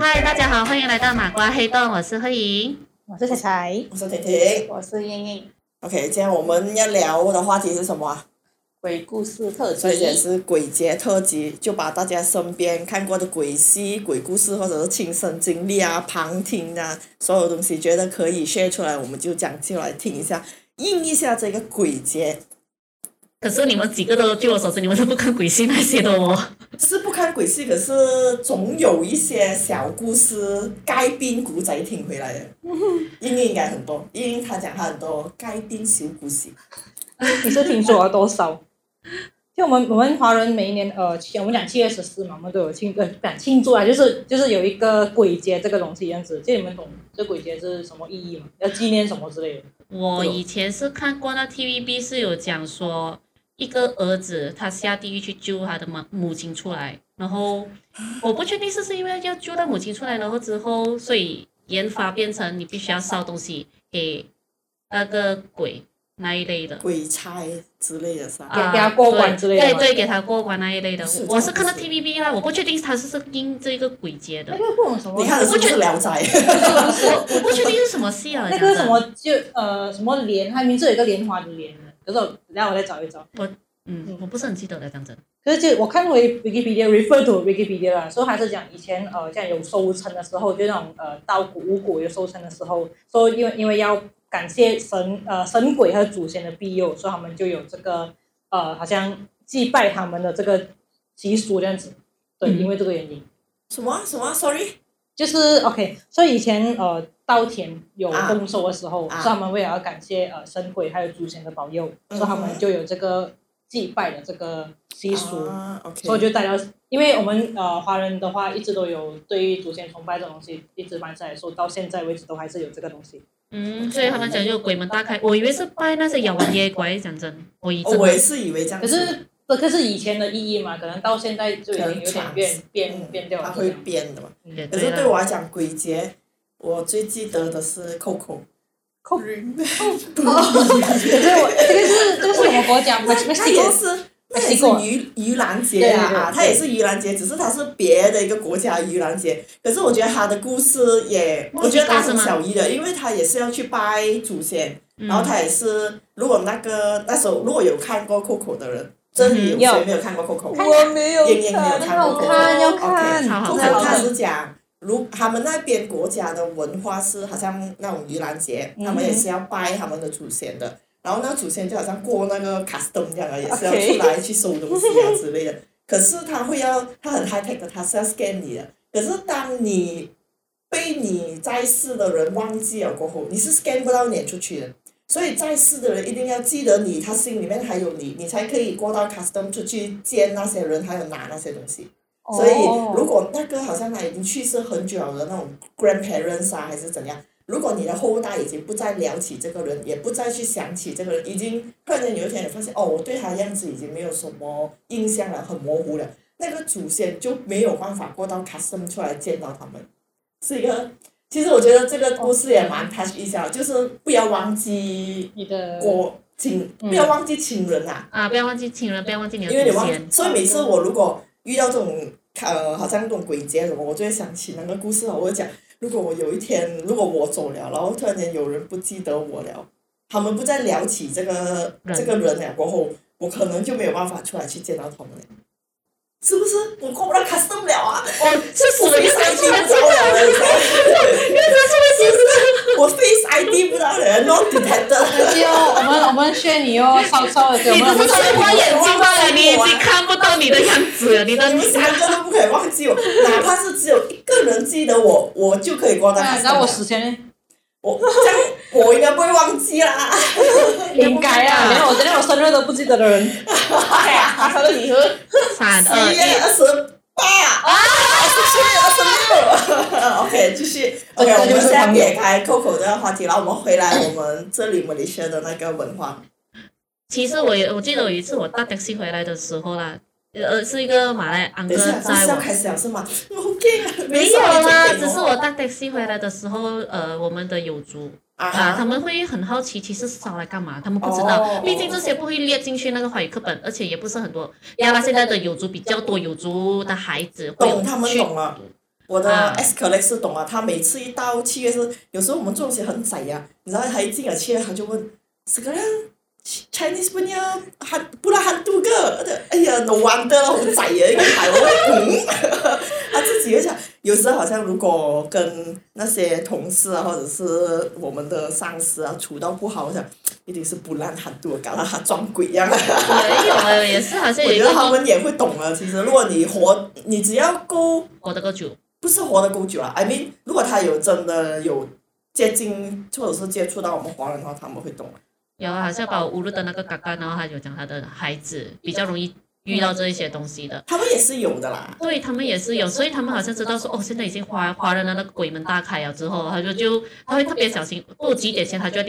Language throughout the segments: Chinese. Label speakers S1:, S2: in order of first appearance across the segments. S1: 嗨，大家好，欢迎来到麻瓜黑洞，我是慧莹。
S2: 我是彩彩，
S3: 我是婷婷。
S2: 我是燕燕，
S3: OK，今天我们要聊的话题是什么啊？
S2: 鬼故事特辑
S1: 哎
S3: 所以也是鬼节特辑，就把大家身边看过的鬼戏、鬼故事，或者是亲身经历啊、旁听啊，所有东西觉得可以 share 出来，我们就讲出来听一下，应一下这个鬼节。
S1: 可是你们几个都，据我所知，你们都不看鬼戏那些的哦。
S3: 是不看鬼戏，可是总有一些小故事、街边古仔听回来的。英英应该很多，英英她讲她很多街边小故事。
S2: 你是听说了多少？就我们我们华人每一年呃，七我们讲七月十四嘛，我们都有庆呃讲庆祝啊，就是就是有一个鬼节这个东西这样子。就你们懂这鬼节是什么意义吗？要纪念什么之类的？
S1: 我以前是看过那 TVB 是有讲说，一个儿子他下地狱去救他的母母亲出来，然后我不确定是不是因为要救他母亲出来，然后之后所以研发变成你必须要烧东西给那个鬼那一类的。
S3: 鬼差之类的是
S1: 啊
S3: 吧？
S2: 给给他过关
S1: 对
S2: 之类的
S1: 对
S2: 吗
S1: 对，给他过关那一类的。
S3: 是
S1: 我是看到
S3: 是
S1: TVB 啦，我不确定他是不是因这个鬼节的
S2: 那，个不懂什么
S3: 你，看的是不是《聊斋》？
S1: 我我不确定是什么戏啊。
S2: 那
S1: 讲
S2: 个
S1: 真
S2: 什，么就呃什么莲，它名字有一个莲花的莲，可是我等下我再找一找。
S1: 嗯，我不是很记得了，讲真。
S2: 可是就我看回 Wikipedia refer to Wikipedia 啦，说还是讲以前呃，像有收成的时候，就那种呃稻谷、五谷有收成的时候，说因为因为要感谢神呃神鬼和祖先的庇佑，所以他们就有这个呃好像祭拜他们的这个习俗这样子。对，
S1: 嗯
S2: 因为这个原因，
S3: 什么啊什么？Sorry，
S2: 就是 OK，所以以前呃稻田有
S3: 啊
S2: 丰收的时候，
S3: 啊
S2: 所以他们为了要感谢呃神鬼还有祖先的保佑，所以他
S3: 嗯
S2: 们
S3: 哼
S2: 就有这个祭拜的这个习俗。
S3: 啊，OK。
S2: 所以就大家，因为我们呃华人的话，一直都有对于祖先崇拜这种东西，一直蛮在说，到现在为止都还是有这个东西。
S1: 嗯，所以他们讲就鬼门大开，我以为是拜那些妖王爷鬼，讲真，我以
S3: 哦
S1: 真
S3: 我也
S1: 的
S3: 是以为这样
S2: 可
S3: 子。
S2: 是这可是以前的意义嘛，可能到现在就已经有
S3: 可
S2: 点
S3: 能
S2: 变变
S3: 嗯
S2: 变掉
S3: 它
S2: 了。
S3: 会变的嘛。
S1: 也
S3: 可
S1: 对啊
S3: 是对我
S1: 了。
S3: 来讲，鬼节我最记得的是 Coco。嗯
S2: Coco 这
S3: 对
S2: 个我这个是这个是我们国家 Mex-
S3: 它也
S2: Mexico
S3: 是。那也是盂盂兰节
S2: 对对对
S3: 啊，啊，它也是盂兰节，只是它是别的一个国家的盂兰节。可是我觉得它的故事也，
S1: 墨
S3: 我
S1: 西
S3: 觉
S1: 哥
S3: 得大同
S1: 是吗
S3: 小异的，因为它也是要去拜祖先，
S1: 嗯
S3: 然后他也是，如果那个那时候如果有看过 Coco 的人，这里有
S2: 嗯有
S3: 谁没有看过 Coco？
S2: 我没有
S3: 燕燕没有
S2: 看，
S3: 看过 Coco，
S2: 看要
S3: OK
S2: 看
S1: 超好看
S3: Coco 他
S2: 看
S3: 是讲，如他们那边国家的文化是好像那种盂兰节，他们也是要拜他们的祖先的，然后那个祖先就好像过那个 custom 这样啊，也是要
S2: OK
S3: 出来去收东西啊之类的。可是他会要，他很 high tech 的，他是要 scan 你的。可是当你被你在世的人忘记了过后，你是 scan 不到撵出去的。所以在世的人一定要记得你，他心里面还有你，你才可以过到 custom 出去见那些人，还有拿那些东西。所以
S2: 哦
S3: 如果那个好像他已经去世很久了那种 grandparents 啊，还是怎样，如果你的后代已经不再聊起这个人，也不再去想起这个人，已经突然间有一天你发现，哦，我对他的样子已经没有什么印象了，很模糊了，那个祖先就没有办法过到 custom 出来见到他们，是一个。其实我觉得这个故事也蛮 touch 一下，啊就是不要忘记
S2: 你的
S3: 我亲，
S2: 嗯
S3: 不要忘记亲人啊，
S1: 啊，不要忘记亲人，不要忘记你的
S3: 因为你
S1: 祖
S3: 忘
S1: 先，。
S3: 所以每次我如果遇到这种呃，好像这种鬼节什么，我就会想起那个故事，我会讲，如果我有一天，如果我走了，然后突然间有人不记得我了，他们不再聊起这个
S1: 人
S3: 这个人了过后，我可能就没有办法出来去见到他们了。是不是我过不到 custom 了啊？
S1: 哦，是
S3: 我
S1: 属于三
S3: face ID
S1: 七的
S3: 不到了，你知道吗我 face ID 不到人，not detected。
S2: 哎呦，我们我们炫你哦，稍稍的给我
S1: 你
S2: 们
S1: 只是
S3: 说
S1: 透过眼睛罢了，你已经看不到你的样子了，你的
S3: 你们三个都不可以忘记我，哪怕是只有一个人记得我，我就可以过到他
S2: 哎
S3: 身
S2: 然后
S3: 边。
S2: 我死前呢
S3: 我这样，我应该不会忘记啦。
S2: 应该啊，连我连我生日都不记得的人，哎他生日你喝。
S1: 三二
S3: 十
S1: 一
S3: 月。二十八，啊二十七、二 十六。OK，继啊续。OK，我
S2: 这就
S3: 们
S2: 是
S3: 现
S2: 朋
S3: 在
S2: 友
S3: 撇开 Coco 这个话题，然后我们回来我们这里马来西亚的那个文化。
S1: 其实我也我记得有一次我搭 taxi 回来的时候啦，呃，是一个马来安哥
S3: 等一下，不
S1: 载
S3: 是要
S1: 我。
S3: 开始了是吗？我 OK 啊，
S1: 没
S3: 事
S1: 有
S3: 啊
S1: 啦，只
S3: 你准备
S1: 是我搭 taxi 回来的时候，呃，我们的友族
S3: 啊
S1: 啊，
S3: 哈
S1: 他们会很好奇，其实是烧来干嘛？他们不知道，
S3: 哦
S1: 毕竟这些不会列进去那个华语课本，而且也不是很多。亚拉现在的有族比较多，有族的孩子会
S3: 懂他们
S1: 去
S3: 懂了。我的
S1: 啊
S3: S 可 l 是懂啊，他每次一到七月是，有时候我们做东西很窄呀、你知道他一进了七月他就问，是个人 Chinese 不呀，还不然还读个，哎呀，no wonder 好窄呀、一个台湾，嗯， 他自己会想，有时候好像如果跟那些同事啊，或者是我们的上司啊处到不好，我想一定是不烂喊度，搞到他撞鬼一样。
S1: 没有啊，也是好像有
S3: 我
S1: 一
S3: 觉得他
S1: 个
S3: 们也会懂啊。其实如果你活，你只要够
S1: 我的个主，
S3: 不是活得够久啊。I mean，如果他有真的有接近或者是接触到我们华人的话，他们会懂。
S1: 有啊好像把我侮辱的那个嘎嘎，然后他有讲他的孩子比较容易遇到这一些东西的。
S3: 他们也是有的啦。
S1: 对他们也是有，所以他们好像知道说，哦，现在已经华华人的那个鬼门大开了之后，他就就他会特别小心，不几点前他就要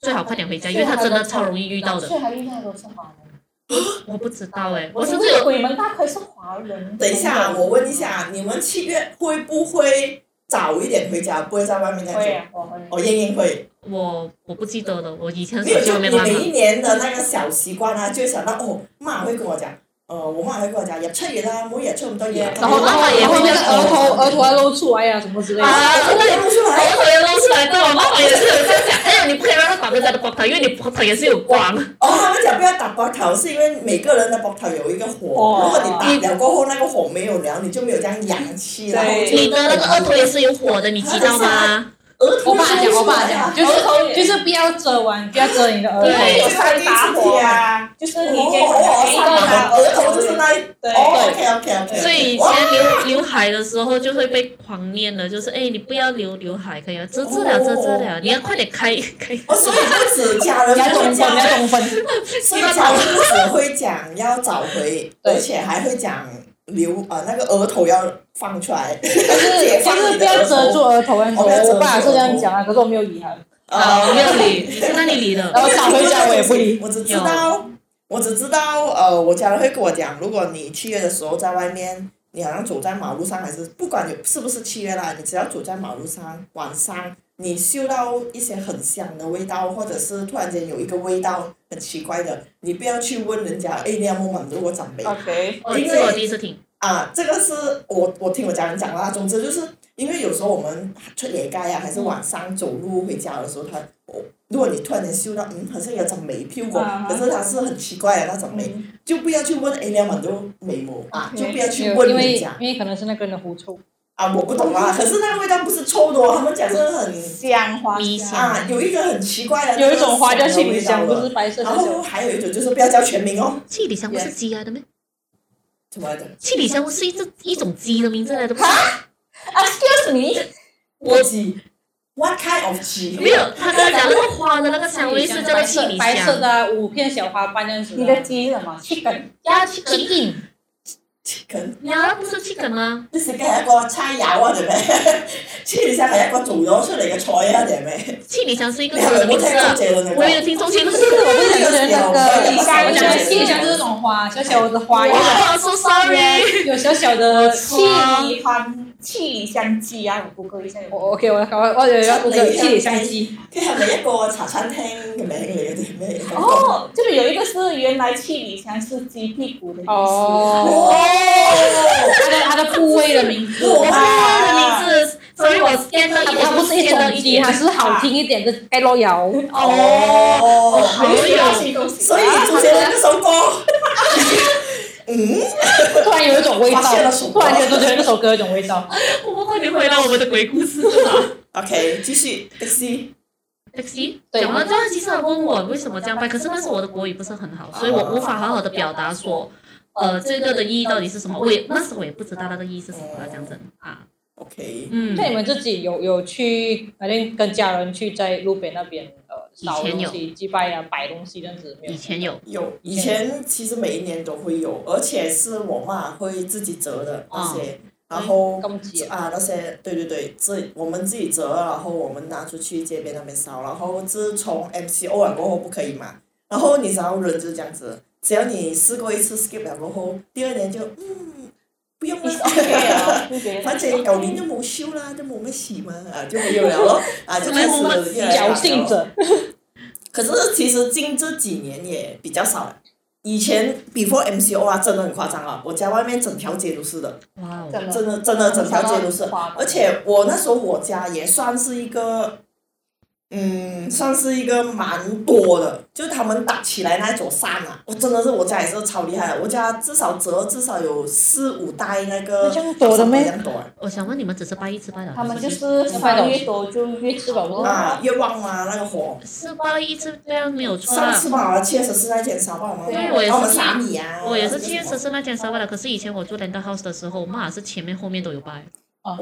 S1: 最好快点回家，因为他真的超容易遇到的。
S4: 所以还遇到的是华人。
S1: 我不知道哎、我
S4: 我
S1: 甚
S4: 甚
S1: 至
S4: 至
S1: 有
S4: 鬼门大开是华人。
S3: 等一下，
S2: 嗯
S3: 我问一。下，你们七月会不会早一点回家，不会在外面太
S4: 会
S3: 久？
S4: 啊，我会。
S3: 我燕燕会，
S1: 我我不记得了，我以前
S3: 没有
S1: 手机
S3: 就
S1: 我
S3: 你
S1: 没办
S3: 每
S1: 法。
S3: 一年的那个小習慣啊，就會想到哦，媽會跟我講，呃，我媽會跟我講，入出完啦，每日出咁多嘢，
S2: 哦
S1: 然後媽媽也
S5: 然
S1: 會
S5: 后那
S1: 這
S5: 个
S1: 樣
S5: 额头额头还露出来呀、什么之类的。
S1: 啊
S3: 我都露出來。
S1: 头也露出来，对我妈妈也是有这样讲。哎呀，你不可以让他打人家的膊头，因为你膊头也是有光。
S3: 哦，他们讲不要打膊头，是因为每个人的膊头有一个火，
S5: 哦
S3: 如果你打了过后，那个火没有了，你就没有这样阳气，然后
S5: 对
S3: 就
S1: 你的那个额头也是有火的，你知道吗？
S3: 额头
S5: 我爸讲，我爸讲，就是
S4: 额头也
S5: 就是不要遮完，不要遮你的额头。
S1: 对
S3: 有三滴出血啊，
S4: 就是
S3: 我
S4: 你
S3: 我
S4: 这个
S3: 我上额头就是那一，
S4: 对
S3: 哦，OK OK OK，
S1: 所以以前留刘海的时候就会被狂念的，就是哎，你不要留刘海，可以啊，遮遮了，遮遮了，你要快点开开。
S3: 我所以不止家人
S5: 你要
S3: 会
S5: 懂分，你要
S3: 讲，
S5: 懂分。
S3: 所以家人不只会讲要找回，
S5: 对
S3: 而且还会讲留呃那个额头要放出来，
S5: 就是
S3: 解放
S5: 就是
S3: 你
S5: 不
S3: 的
S5: 要遮
S3: 额头
S5: 住。额头。
S3: 我不要遮住
S5: 我爸是这样讲啊，可是我没有理他。
S1: 啊，我没有
S3: 呃
S1: 理，你去那里理
S5: 然
S1: 了。
S5: 后找回家我也不理
S3: 我只知道，我只知道，呃，我家人会跟我讲，如果你七月的时候在外面，你好像走在马路上，还是不管有是不是七月啦，你只要走在马路上，晚上你嗅到一些很香的味道，或者是突然间有一个味道很奇怪的，你不要去问人家，哎，你有冇闻到我陣味？
S4: OK。
S1: 哦，这个我第一次听。
S3: 啊，这个是我我听我家人讲啦。总之就是因为有时候我们出野街呀、还是晚上走路回家的时候，他我如果你突然间嗅到，嗯，好像有阵霉飘过
S4: 啊，
S3: 可是它是很奇怪的那种霉，
S5: 嗯
S3: 就不要去问哎，你有闻到霉冇啊，就不要去问
S5: 因为
S3: 人家
S5: 因为可能是那个人的狐臭。
S3: 啊，我不懂啊。可是那个味道不是臭的哦，他们讲是很
S4: 香花
S1: 迷
S4: 香
S1: 香
S3: 啊，有一个很奇怪的，
S5: 嗯 有一种花叫
S3: 青
S5: 杏
S3: 味
S5: 里
S3: 道
S5: 香，啊不
S3: 的
S5: 哎是白色
S3: 然
S5: 的
S3: 后
S5: 酒。
S3: 还有一种就是不要叫全名哦，
S1: 气里香不是鸡来的咩？
S3: 什么来着？
S1: 气里香是一只一种鸡的名字来的吗？
S5: 啊
S4: Excuse me，
S1: 我
S3: 鸡，What kind of 鸡？
S1: 没有，他刚才讲那个花的那个香味是叫做
S5: 白
S1: 气
S5: 色
S1: 里
S5: 白色
S1: 香。
S5: 的啊五片小花瓣这样子。
S4: 你的鸡是 什么？Chicken。
S1: 呀，气梗，
S5: 硬。
S3: Chicken
S1: 呀，不是气梗吗？
S3: 你食嘅係一個差友啊，定咩？ 黐線係一個做咗出嚟嘅菜啊，定咩？
S1: 气里香是一个
S3: 你
S1: 什
S3: 係
S1: 么
S3: 咪冇
S1: 名
S3: 聽
S1: 字
S3: 過
S1: 啊？
S3: 謝倫嘅
S1: 我也有
S3: 歌？
S1: 听中情路。
S5: 我不是讲 的那个
S3: 有有
S5: 香，
S4: 有
S5: 七里香就是那种花，小小的花，有小
S1: 哇，so sorry。
S5: 有小小的
S4: 气
S5: 气。
S4: 梨欢，气梨香鸡啊！我 Google 一下有没有。
S5: 我 OK，我我我有要个气里香鸡，
S3: 佢係咪一個茶餐廳嘅名嚟嘅定咩？感覺
S4: 哦，这里有一个是原来气梨香是鸡屁股的意思。
S5: 哦
S3: 哦，
S5: 它的它的部位的名字，
S1: 我忘了名字，所以我 scan 到一点，
S5: 它不是一
S1: scan 到
S5: 种
S1: 一
S5: 鸡，
S1: 点
S5: 它。是好听一点的哎盖洛瑶。
S1: 哦，
S3: 哦，
S1: 好有，
S4: 有，
S3: 所以周杰倫嗰首歌，嗯，
S5: 突然有一种味道
S3: 发现了曙，
S5: 突
S3: 光
S5: 然觉得这首歌有一种味道。
S1: 我们快点回到我们的鬼故事吧。
S3: OK，繼續的士，
S1: Taxi，
S5: 对
S1: 讲完之后，其实他问我为什么这样办，可是那时候我的国语不是很好，所以我无法好好的表达说，呃，这个的意义到底是什么。我也那时候我也不知道那个意义是什么，要讲真啊，
S3: OK，
S1: 嗯
S5: 那，你们自己有有去，反正跟家人去在路边那边呃烧
S1: 以前
S5: 东
S1: 有
S5: 西、祭拜呀、摆东西这样子没有
S1: 以？前有，
S3: 有以前其實每一年都會有，而且是我媽會自己折的那些，然後。
S5: 攻击啊
S3: 啊，那些对对对，自我们自己折，然后我们拿出去街边那边烧，然后自从 MCO 完过后不可以嘛，然后你知道人就是这样子，只要你试过一次 skip 了过后，第二年就嗯不用
S4: It's
S3: 啦。
S4: okay 啊，就觉得
S3: 反正舊年都冇燒啦，都冇乜事嘛，啊就沒有了 咯，啊就開始越來越
S5: 侥
S3: 少
S5: 幸
S3: 了
S5: 者，
S3: 可是其实近这几年也比较少了。以前 before MCO 啊，真的很夸张啊！我家外面整条街都是的，
S1: 哇哦，
S4: 真
S3: 真的真的整条街都是。
S4: 花
S3: 而且我那时候我家也算是一个，嗯，算是一个蛮多的，就是他们搭起来那一座山啊，我真的是我家也是超厉害的，我家至少折至少有四五袋那个，
S5: 这样多的咩
S3: 这样多啊
S1: 我想问你们只是拜一次拜了，
S4: 他们
S1: 还
S4: 就是是翻越多就越少咯。
S1: 哦
S3: 啊，越旺嘛那个火。
S1: 是拜了一次，这样没有错啊
S3: 上
S1: 啦。
S3: 次吧，确实是那间烧爆嘛，
S4: 对
S3: 然
S1: 我也是
S3: 后我们撒米啊，
S1: 我也是七
S3: 确
S1: 月
S3: 实
S1: 十四那天烧拜了，可是以前我住 Land House 的时候，我们好像是前面后面都有拜。
S3: 哦，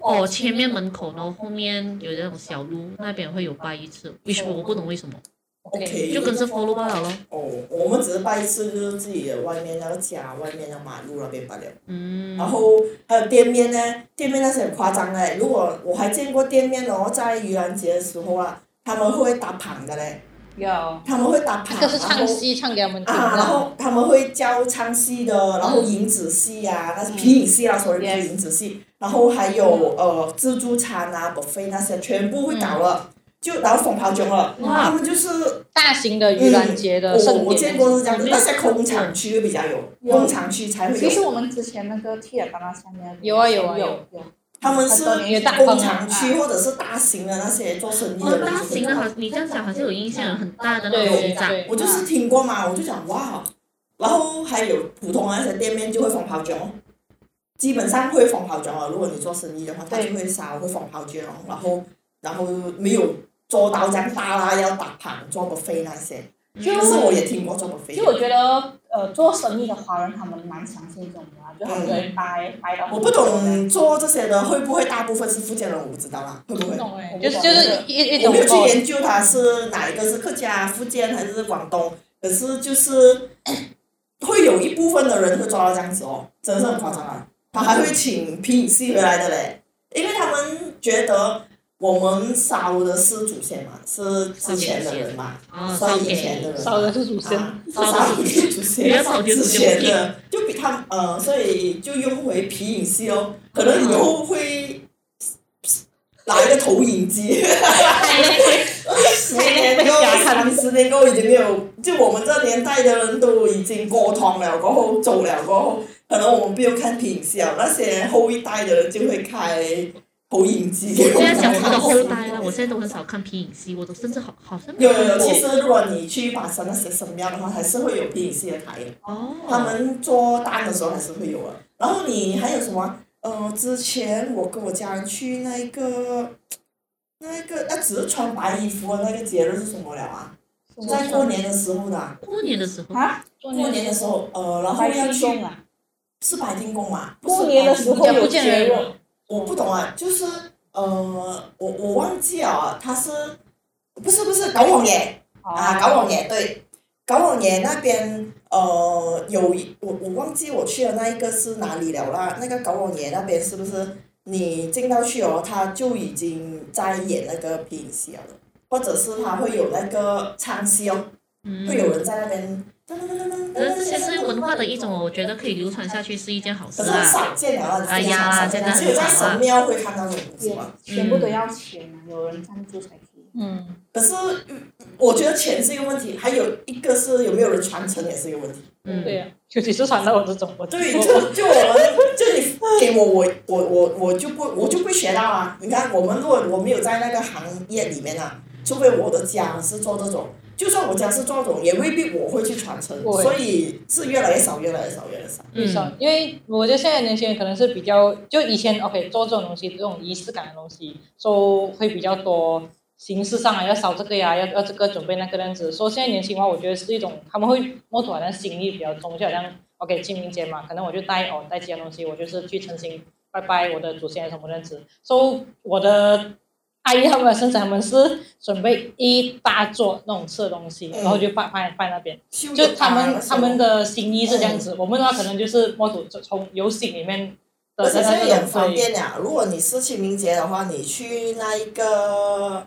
S1: 哦，前面门口，然后后面有那种小路，那边会有拜一次，which 我不懂为什么，
S3: OK
S1: 就跟着 follow 罢了咯。
S3: 哦，我们只是拜一次，就是自己的外面那个家、外面的马路那边罢了。
S1: 嗯，
S3: 然后还有店面呢，店面那些很夸张嘞。如果我还见过店面哦，在盂兰节的时候啊，他们会打榜的嘞，
S4: 要
S3: 他们会打榜，
S5: 这是
S3: 然
S5: 唱
S3: 后
S5: 戏唱给他们听
S3: 啊，然
S5: 的，
S3: 后他们会教唱戏的，然后银子戏啊，那是皮影戏啊，所谓的
S4: Yes
S3: 皮影子戏，然后还有呃自助餐啊、buffet 那些全部会搞了，就然后送泡酒了，
S1: 哇
S3: 他们就是
S5: 大型的盂兰节的
S3: 我
S5: 盛
S3: 我
S5: 典。
S3: 见过是这样
S1: 我
S3: 子，
S1: 没有
S3: 那些工厂区比较有，工厂区才会
S4: 其实
S3: 有，
S4: 我们之前那个 T 了刚刚下面
S5: 有啊有啊有
S4: 有有，
S3: 他们是
S4: 很多年
S5: 有大
S3: 工
S5: 棚
S3: 厂
S5: 啊
S3: 区或者是大型的那些做生意
S1: 哦
S3: 的，人
S1: 大
S3: 就
S1: 型的，
S3: 是
S1: 好，你这样讲好像有印象，很大的那种
S5: 对
S1: 油炸，
S5: 对，
S3: 我就是听过嘛，我就讲哇，然后还有普通的那些店面就会放泡椒，基本上会放泡椒啊。如果你做生意的话，它
S4: 对
S3: 就会烧会放泡椒，然后然后没有做到这样大啦，要打盘做个飞那些，
S4: 就
S3: 但是我也听过做个飞
S4: 其实。我觉得呃做生意的华人他们蛮相信这种的啊，就很多人掰掰到。
S3: 我不懂做这些的会不会大部分是福建人，我不知道啦，会不会？
S4: 懂哎，
S5: 就是就是一一种
S3: 我没有去研究它是哪一个是客家、福建还是广东，可是就是会有一部分的人会抓到这样子哦，真的是很夸张啊！他还会请皮影戏回来的嘞，因为他们觉得我们烧的是祖先嘛，是之前的人嘛，
S1: 啊，
S3: 所
S1: 烧
S3: 以以前
S1: 给
S3: 的人嘛
S5: 烧的是祖先，
S3: 啊
S1: 烧
S3: 烧的是祖
S1: 不要
S3: 先，
S1: 烧给
S3: 之
S1: 祖先
S3: 前的就比他们呃，所以就用回皮影戏
S1: 嗯
S3: 哦，可能以后会拿一个投影机。 十年够、三十年够已经没有，就我们这年代的人都已经过通了，过后走了，过后可能我们不用看品相，那些后一代的人就会开投影机给
S1: 这
S3: 我
S1: 样
S3: 们
S1: 讲
S3: 看。
S1: 我不懂后代了，我现在都很少看皮影戏，我都甚至好好像没
S3: 有有
S1: 看
S3: 有，
S1: 过
S3: 其实如果你去把神那些神庙的话，还是会有皮影戏的台的。
S1: 哦，
S3: 他们做单的时候还是会有啊。然后你还有什么？呃，之前我跟我家人去那个，那个那只是穿白衣服的那个节日是什么了啊？在过年的时候的啊，
S1: 过年的时候，
S4: 啊，
S3: 过年的时候，呃，然后
S4: 白
S3: 要
S4: 天
S3: 去
S4: 中啊，
S3: 是白天宫嘛？不是
S4: 过年的时候
S5: 也
S4: 有
S5: 不见
S4: 节
S5: 人
S4: 日，
S3: 我不懂啊，就是呃，我我忘记了啊，他是不是不是搞谎耶？啊，搞网爷对，搞网爷那边呃有一我我忘记我去的那一个是哪里了啦，那个搞网爷那边是不是你进到去哦，他就已经在演那个皮影戏了的，或者是他会有那个唱戏哦，
S1: 嗯
S3: 会，有人在那边噔噔噔噔噔噔噔噔噔噔。
S1: 可是这些是文化的一种，我觉得可以流传下去是一件好事
S3: 可是很
S1: 啦。
S3: 少见了啦，
S1: 哎呀真
S3: 真的
S1: 的
S3: 很少见了只有在
S1: 很少啊
S3: 神庙会看到这种东西嘛。
S4: 全
S3: 嗯
S4: 部都要钱啊，有人赞助才可以。
S5: 嗯，
S3: 可是嗯我觉得钱是一个问题，还有一个是有没有人传承也是一个问题。
S1: 嗯，
S5: 对呀，尤其是传到我这种，我
S3: 对，就就我们就你给我我我我我就不我就不会学到啊！你看，我们如果我没有在那个行业里面啊，除非我的家是做这种，就算我家是做这种，也未必我会去传承，
S5: 对
S3: 所以是越来越少，越来越少，越来越少。
S5: 至少，因为我觉得现在年轻人可能是比较，就以前 OK 做这种东西，这种仪式感的东西，说、会比较多，形式上啊要烧这个呀、要要这个准备那个这样子。说、现在年轻化，我觉得是一种他们会摸索好像心意比较重，就好像 OK 清明节嘛，可能我就带哦带几样东西，我就是去诚心拜拜我的祖先什么这样子。说、我的阿姨他们甚至他们是准备一大桌那种吃的东西，然后就放放放那边。就他们他们
S3: 的，
S5: 的心意是这样子，我们的话可能就是摸索从从由心里面
S3: 而
S5: 的
S3: 且现在
S5: 那
S3: 也
S5: 种
S3: 很方
S5: 对，
S3: 便了。如果你是清明节的话，你去那一个。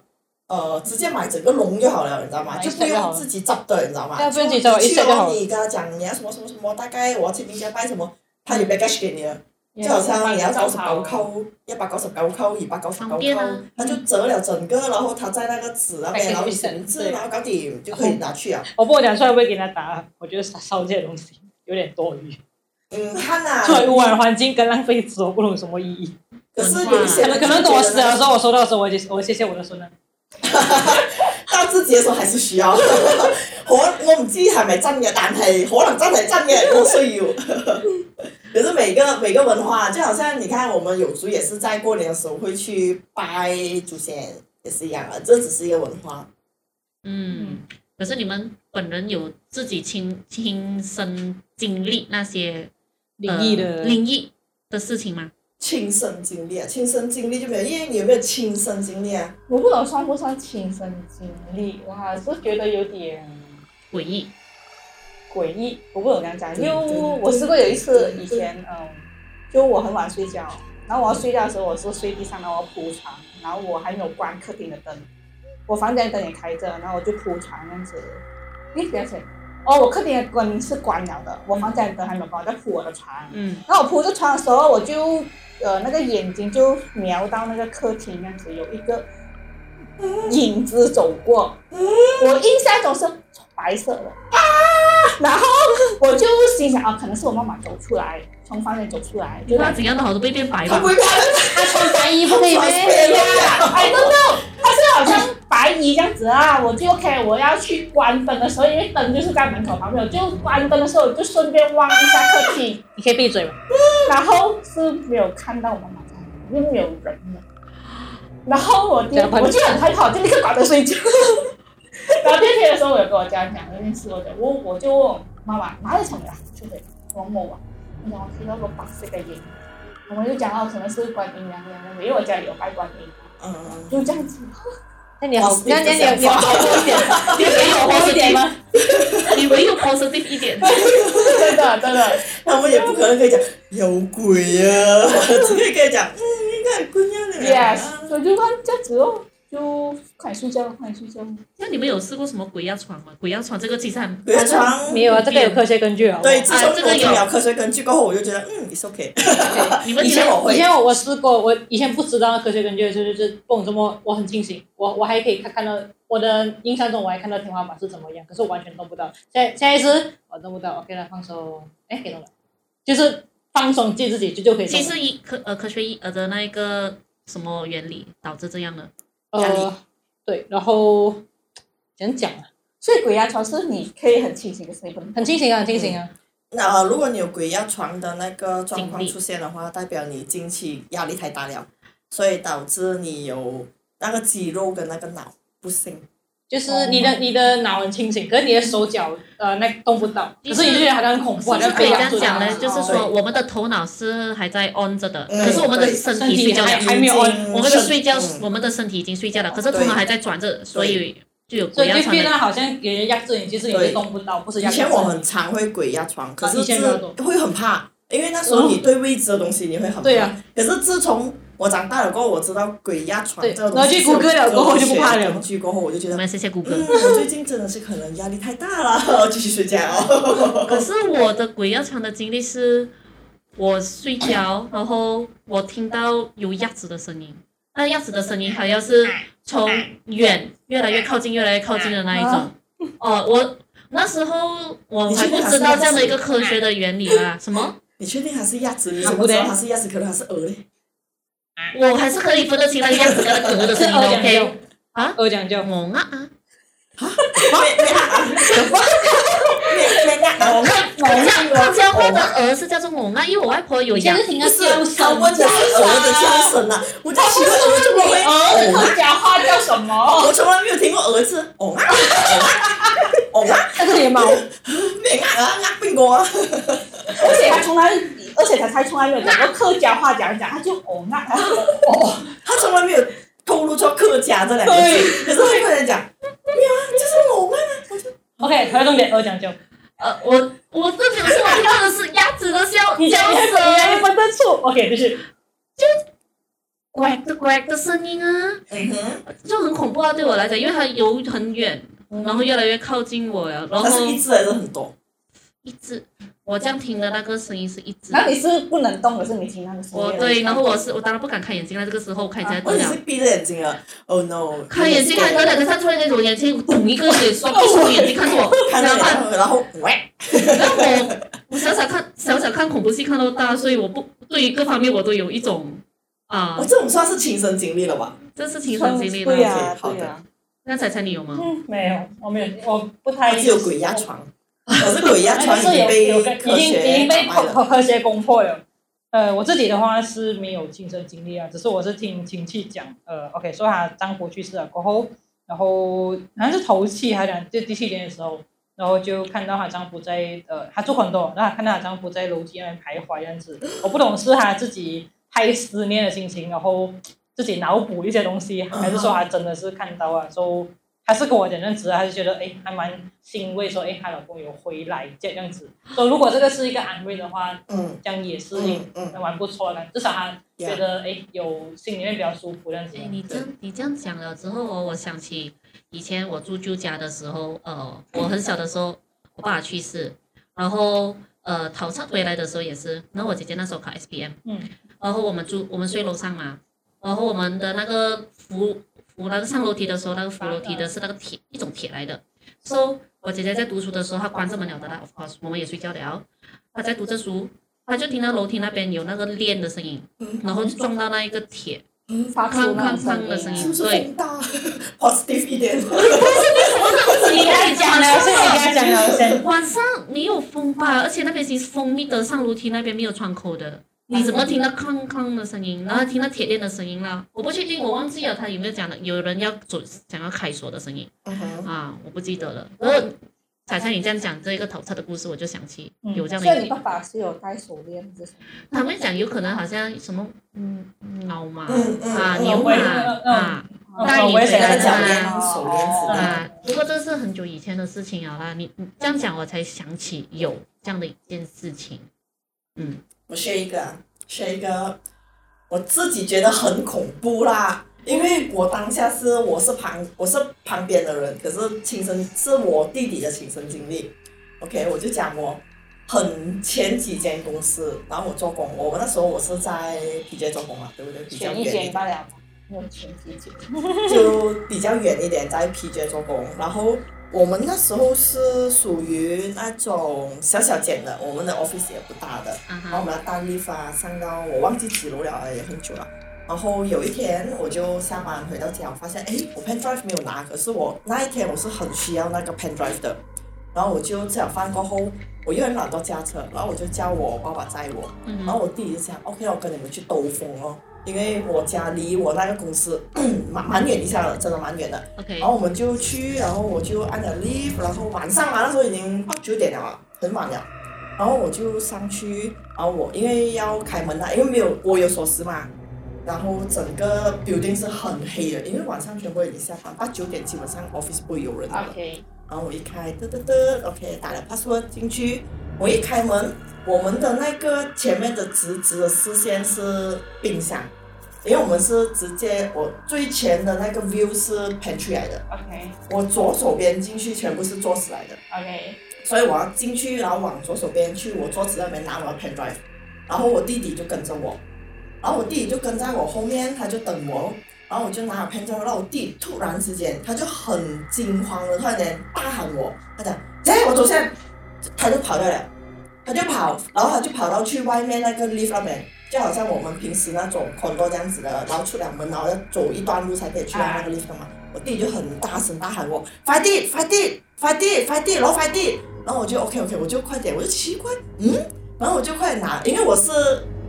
S3: 呃，直接买整个笼就好了，你知道吗？
S5: 买
S3: 就
S5: 一
S3: 不
S5: set 就好
S3: 用
S5: 了啊
S3: 自己找的，你知道吗？
S5: 要不然自己找一
S3: 去
S5: 下就好
S3: 哦，
S5: 了。
S3: 你跟他讲你要什么什么什么，大概我要清明节拜什么，他有 package 给你了，即係好像你要九十九
S5: 啊
S3: 扣、一百九十九扣、二百九十九
S1: 方便啊
S3: 扣，它就折了整个，然后它在那个纸那边，然后你
S4: 神
S3: 字，然后搞点就可以拿去啊。
S2: 我不过讲出来会给他答案，我觉得烧烧这些东西有点多余，
S3: 嗯，看啊，
S2: 作为污染环境跟浪费纸，我不懂有什么意义。
S3: 可是
S5: 嗯
S3: 有一些
S2: 可
S3: 人
S2: 能可能等我死
S5: 啊
S2: 了的时
S3: 候，
S2: 候，我收到的时候，我就我谢谢我的孙了。
S3: 到自己嘅時候係需要。 可我唔知係咪真嘅，但係可能真係真嘅，我需要。 可是每个每个文化，就好像你看，我们有族也是在过年的时候会去拜祖先，也是一样啊。这只是一个文化，
S1: 嗯，可是你们本人有自己亲亲身经历那些
S2: 灵异
S1: 呃
S2: 的，
S1: 灵异的事情吗？
S3: 亲身经历啊，亲身经历就没有，因为你有没有亲身经历啊？
S4: 我不懂算不算亲身经历，我还是觉得有点
S1: 诡异，
S4: 诡异。我不懂怎样讲，因
S3: 对
S4: 为
S3: 对
S4: 我试过有一次，以前嗯，就我很晚睡觉，然后我要睡觉的时候，我是睡地上，然后我铺床，然后我还没有关客厅的灯，我房间灯也开着，然后我就铺床这样子。咦，等一下先，哦，我客厅的灯是关了的，我房间的灯还没有关，我在铺我的床。
S1: 嗯
S4: 然后我铺着床的时候，我就呃那个眼睛就瞄到那个客厅那样子有一个影子走过，我印象中是白色的啊然后我就心想啊，可能是我妈妈走出来，从房间走出来，就
S1: 不
S4: 她
S1: 管怎样都好都被变白
S3: 他
S1: 吧
S4: 啊
S3: 不。会啊看得
S4: 她穿白衣服可以
S3: 穿
S4: 呗？
S3: 白衣
S4: 对呀，I don't know，她是好像白衣这样子啊，我就 OK，我要去关灯的时候，因为灯就是在门口旁边，我就关灯的时候，我就顺便望一下客厅。
S2: 你可以闭嘴吗？
S4: 然后是没有看到我妈妈在，因为没有人了。然后我第
S2: 这样吧
S4: 我就很害怕，我就立刻关灯睡觉。 然后第二天的时候，我有跟我家人讲这件事，我就问，我就问我妈妈哪里成了，就是王某啊，我讲我听到个白色的影，我们就讲到可能是观音娘娘，因为我家里有拜观音，
S3: 嗯嗯，
S4: 就这样子。
S2: 那你好
S3: 我，
S2: 那那你有
S3: 自
S2: 你
S3: 己
S2: 有
S3: 的想
S2: 好
S3: 法
S2: 过一点，你有给我好一点吗？
S1: 你唯有 positive 一点，
S4: 真的 真的，
S3: 他们也不可能可以讲有鬼啊， 只可以跟你讲，嗯，应该有鬼啊，你明白吗
S4: yes，我就看这样子哦，就快点睡觉，快点睡觉。
S1: 那你们有试过什么鬼压床吗？鬼压床这个其实很
S3: 鬼压床
S2: 没有啊，这个有科学根据啊。
S3: 对，自从
S1: 啊这个
S3: 我听
S1: 有
S3: 了科学根据过后，我就觉得嗯，it's okay。
S1: 你们
S3: 以前我会
S2: 以前我我试过，我以前不知道科学根据，就是就是蹦这么，我很清醒，我我还可以看看到我的印象中我还看到天花板是怎么样，可是我完全动不到。现在现在是我动不到，OK 了，放松，哎，给动了，就是放松记自己就就可以动
S1: 其
S2: 了。
S1: 实医科呃科学医呃的那一个什么原理导致这样的？
S3: 压力
S2: 呃，对，然后怎样讲啊？
S4: 所以鬼压床是你可以很清醒，可是你不能
S2: 很清醒啊，很清醒啊。
S1: 嗯
S3: 那、呃如果你有鬼压床的那个状
S1: 经
S3: 况
S1: 历
S3: 出现的话，代表你近期压力太大了，所以导致你有那个肌肉跟那个脑不行。
S2: 就是你的、
S1: 哦
S2: 你的脑很清醒，可是你的手脚呃那动不到，可
S1: 其
S2: 是
S1: 实
S2: 你就觉得好像很恐怖，好
S1: 是
S2: 像
S1: 可以
S2: 被
S1: 这
S2: 压
S1: 样
S2: 住
S1: 讲
S2: 了。
S1: 呢，就是说我们的头脑是还在 on 着的，
S3: 嗯
S1: 可是我们的
S3: 对
S1: 身
S2: 身
S1: 体
S2: 体
S1: 睡觉
S2: 还
S1: 了，
S2: 还没有
S3: 已
S2: on，
S3: 经
S1: 我们的睡觉
S3: 嗯，
S1: 我们的身体已经睡觉了，可是头脑还在转着，所以就有
S2: 所
S1: 鬼
S2: 以
S1: 压
S2: 就
S1: 床
S2: 变
S1: 的。
S2: 得好像给人压制你，其实你
S3: 对
S2: 就动不到，不是
S3: 以
S2: 压制
S3: 前我
S2: 你
S3: 很常会鬼压床，可
S2: 啊
S3: 是
S2: 以前
S3: 自
S2: 没有懂
S3: 会很怕，因为那时候你对未知的东西你会很怕。
S2: 对啊
S3: 可是自从我长大了过后，我知道鬼压床
S2: 对
S3: 这个东西
S2: 然后去
S3: 是有
S2: 谷歌了过后就不怕了
S3: 科学根据过后我就觉
S1: 我
S3: 得，
S1: 们谢谢谷歌
S3: 嗯，。我最近真的是可能压力太大了， 继续睡觉。
S1: 可是我的鬼压床的经历是，我睡觉，然后我听到有鸭子的声音，那鸭子的声音好像是从远越来越靠近，越来越靠近的那一种
S4: 啊。
S1: 哦，我那时候我
S3: 你
S1: 还
S3: 确
S1: 不
S3: 定它
S1: 知
S3: 是
S1: 道
S3: 鸭
S1: 这样的
S3: 子
S1: 一个科学的原理啦。什么？
S3: 你确定它是鸭子？你
S2: 啊
S3: 怎
S2: 不
S3: 么知道
S2: 对
S3: 它是鸭子？可能它是鹅嘞。
S1: 我还是可以分得清那个鸭子跟那个鹅的声音
S2: 是鹅
S1: 的。
S2: 讲
S1: OK，
S2: 究
S1: 啊
S2: 二讲究，
S1: 猛啊啊！
S3: 没没啊！没没啊！
S1: 我看客家客家话的鹅是叫做猛啊，因为我外婆有
S2: 以前
S1: 养
S2: 是听到
S3: 不是
S2: 叫
S3: 他
S2: 声，
S3: 问的是鹅的叫声啊！我在奇怪鹅怎么会
S4: 儿
S3: 哦
S4: 客家话叫什么？
S3: 我从来没有听过鹅字哦啊哦啊
S2: 那是你的 猫，
S3: 咩啊啊啊边个啊？
S4: 而且他从来，而且他才从来没有讲过客家话讲一讲，他就哦那哦，
S3: 他从来没有透露出客家这两个字，可是会跟人讲没有啊，就是我啊。
S2: OK，回到重点，二讲究，
S1: 呃，我我这表示我听到的是鸭子的叫
S2: 你
S1: 叫
S2: 讲你还
S1: 声
S2: 没，分得出，OK，就是
S1: 呱的呱的声音啊，
S3: 嗯哼，
S1: 就很恐怖啊，对我来讲，因为它游很远，然后越来越靠近我了，然
S3: 嗯它
S1: 后
S3: 是一只还是很多？
S1: 一只，我这样听的那个声音是一直
S4: 然，后你是不能动，可是你听那个声音。啊
S1: 我对，然后我是我当然不敢开眼睛了，这个时候我开眼睛还
S3: 啊我
S1: 得
S3: 只
S1: 了
S3: 是，闭着眼睛啊，Oh no！
S1: 开眼睛还得了，可是他突然间我眼睛捅一个水刷，闭上眼睛看着我，
S3: 看
S1: 然后
S3: 到
S1: 他
S3: 然后然后喂，
S1: 然后我我想想看，想想看恐怖戏看到大，所以我不对于各方面我都有一种啊
S3: 我，这种算是亲身经历了吧？
S1: 这是亲身经历
S4: 对
S1: 的。
S4: 呀，
S3: 好
S4: 对啊
S3: 的
S4: 呀。
S1: 那彩彩你有吗？
S5: 嗯，没有，我没有，我不
S3: 他
S5: 太
S3: 只有鬼压 床，可是鬼压
S5: 哎
S3: 床
S5: 但是有
S3: 被
S5: 有跟
S3: 科
S5: 已经
S3: 学
S5: 已经被
S3: 打败
S5: 科
S3: 了。
S5: 科科学攻破了。呃，我自己的话是没有亲身经历啊，只是我是听亲戚讲，呃，OK，说她丈夫去世了啊过后，然后好像是头七还是两第第七天的时候，然后就看到她丈夫在呃，她做很多，然后看到她丈夫在楼梯那边徘徊这样子，我不懂是她自己太思念的心情，然后自己脑补一些东西，还是说她真的是看到啊，说、她是跟我讲这样子，她就觉得哎还蛮欣慰说，哎她老公有回来这样子，说如果这个是一个安慰的话，
S3: 嗯
S5: 这样也是一个
S3: 嗯嗯，
S5: 蛮不错的，至少她觉得哎有心里面比较舒服这样子。
S1: 哎，你这样你这样讲了之后哦，我想起以前我住舅家的时候，呃，我很小的时候，我爸去世，然后呃讨债回来的时候也是，然后我姐姐那时候考 SPM，
S5: 嗯，
S1: 然后我们住我们睡楼上嘛，然后我们的那个扶扶那个上楼梯的时候，那个扶楼梯的是那个铁一种铁来的，so 我姐姐在读书的时候，她关着门了的啦，of 啊 course，我们也睡觉了，她在读着书，她就听到楼梯那边有那个链的声音，然后就撞到那一个铁。
S5: 嗯
S4: 发出那种
S1: 哐哐哐的声
S4: 音
S1: 音
S3: 是不是风大 ？positive 一点，
S5: 你跟他讲了，是你跟他讲了先。
S1: 晚上没有风吧？而且那边其实封闭的，上楼梯那边没有窗口的。你怎么听到哐哐的声音，然后听到铁链的声音啦？我不确定，我忘记了他有没有讲的，有人要走想要开锁的声音
S3: 嗯哼
S1: 啊，我不记得了。然后彩彩，你这样讲这个头车的故事，我就想起
S5: 嗯
S1: 有这样
S4: 所以
S1: 的
S4: 你
S1: 一
S4: 爸
S1: 个，
S4: 爸是有戴手链这些，
S1: 他们讲有可能好像什么嗯脑嘛
S3: 嗯嗯
S1: 啊
S3: 嗯
S1: 牛
S5: 我
S1: 马
S5: 也嗯嗯
S1: 啊
S5: 那我也想
S3: 那个脚
S5: 讲，嗯
S3: 链、手链之类的。
S1: 啊，不过这是很久以前的事情啊了啦。你你这样讲，我才想起有这样的一件事情。
S3: 我 share 一个啊，share 一个，我自己觉得很恐怖啦，因为我当下是我是旁我是旁边的人，可是亲身是我弟弟的亲身经历。OK，我就讲我很前几间公司，然后我做工，我那时候我是在 PJ 做工嘛，对不对？比较
S4: 选
S3: 远
S4: 一
S3: 一点
S4: 选罢了，没有选几姐。
S3: 就比较远一点，在 PJ 做工。然后我们那时候是属于那种小小间的，我们的 office 也不大的。
S1: 啊
S3: 然后我
S1: 哈，
S3: 们要单 lift 啊，上到我忘记几楼了，也很久了。然后有一天我就下班回到家，我发现哎，我 pen drive 没有拿，可是我那一天我是很需要那个 pen drive 的。然后我就吃了饭过后，我又很懒惰驾车，然后我就叫我爸爸载我，
S1: 嗯
S3: 然后我弟弟就讲 OK，我跟你们去兜风哦，因为我家离我那个公司蛮蛮远一下的，真的蛮远的。
S1: ，OK，
S3: 然后我们就去，然后我就按了 leave，然后晚上嘛，那时候已经八九点了啊，很晚了。然后我就上去，然后我因为要开门了，因为没有我有锁匙嘛。然后整个 building 是很黑的，因为晚上全部已经下班，八九点基本上 office 不会有人的。
S4: OK，
S3: 然后我一开，嘚嘚嘚，OK，打了 password 进去，我一开门，我们的那个前面的直直的视线是冰箱，因为我们是直接我最前的那个 view 是 pantry 来的，
S4: OK
S3: 我左手边进去全部是桌子来的，
S4: OK，
S3: 所以我要进去，然后往左手边去我桌子那边拿我的 pen drive，然后我弟弟就跟着我，然后我弟弟就跟在我后面，他就等我，然后我就拿了 pen drive，然后我弟突然之间他就很惊慌的，突然间大喊我，他讲：“姐，我走下！”他就跑掉了，他就跑，然后他就跑到去外面那个 lift 那边。就好像我们平时那种 condo 这样子的，然后出两门，然后要走一段路才可以去到那个 lift 嘛。我弟就很大声大喊我快点快点快点快点，然后快点，然后我就 OK OK，我就快点，我就奇怪，嗯，然后我就快点拿，因为我是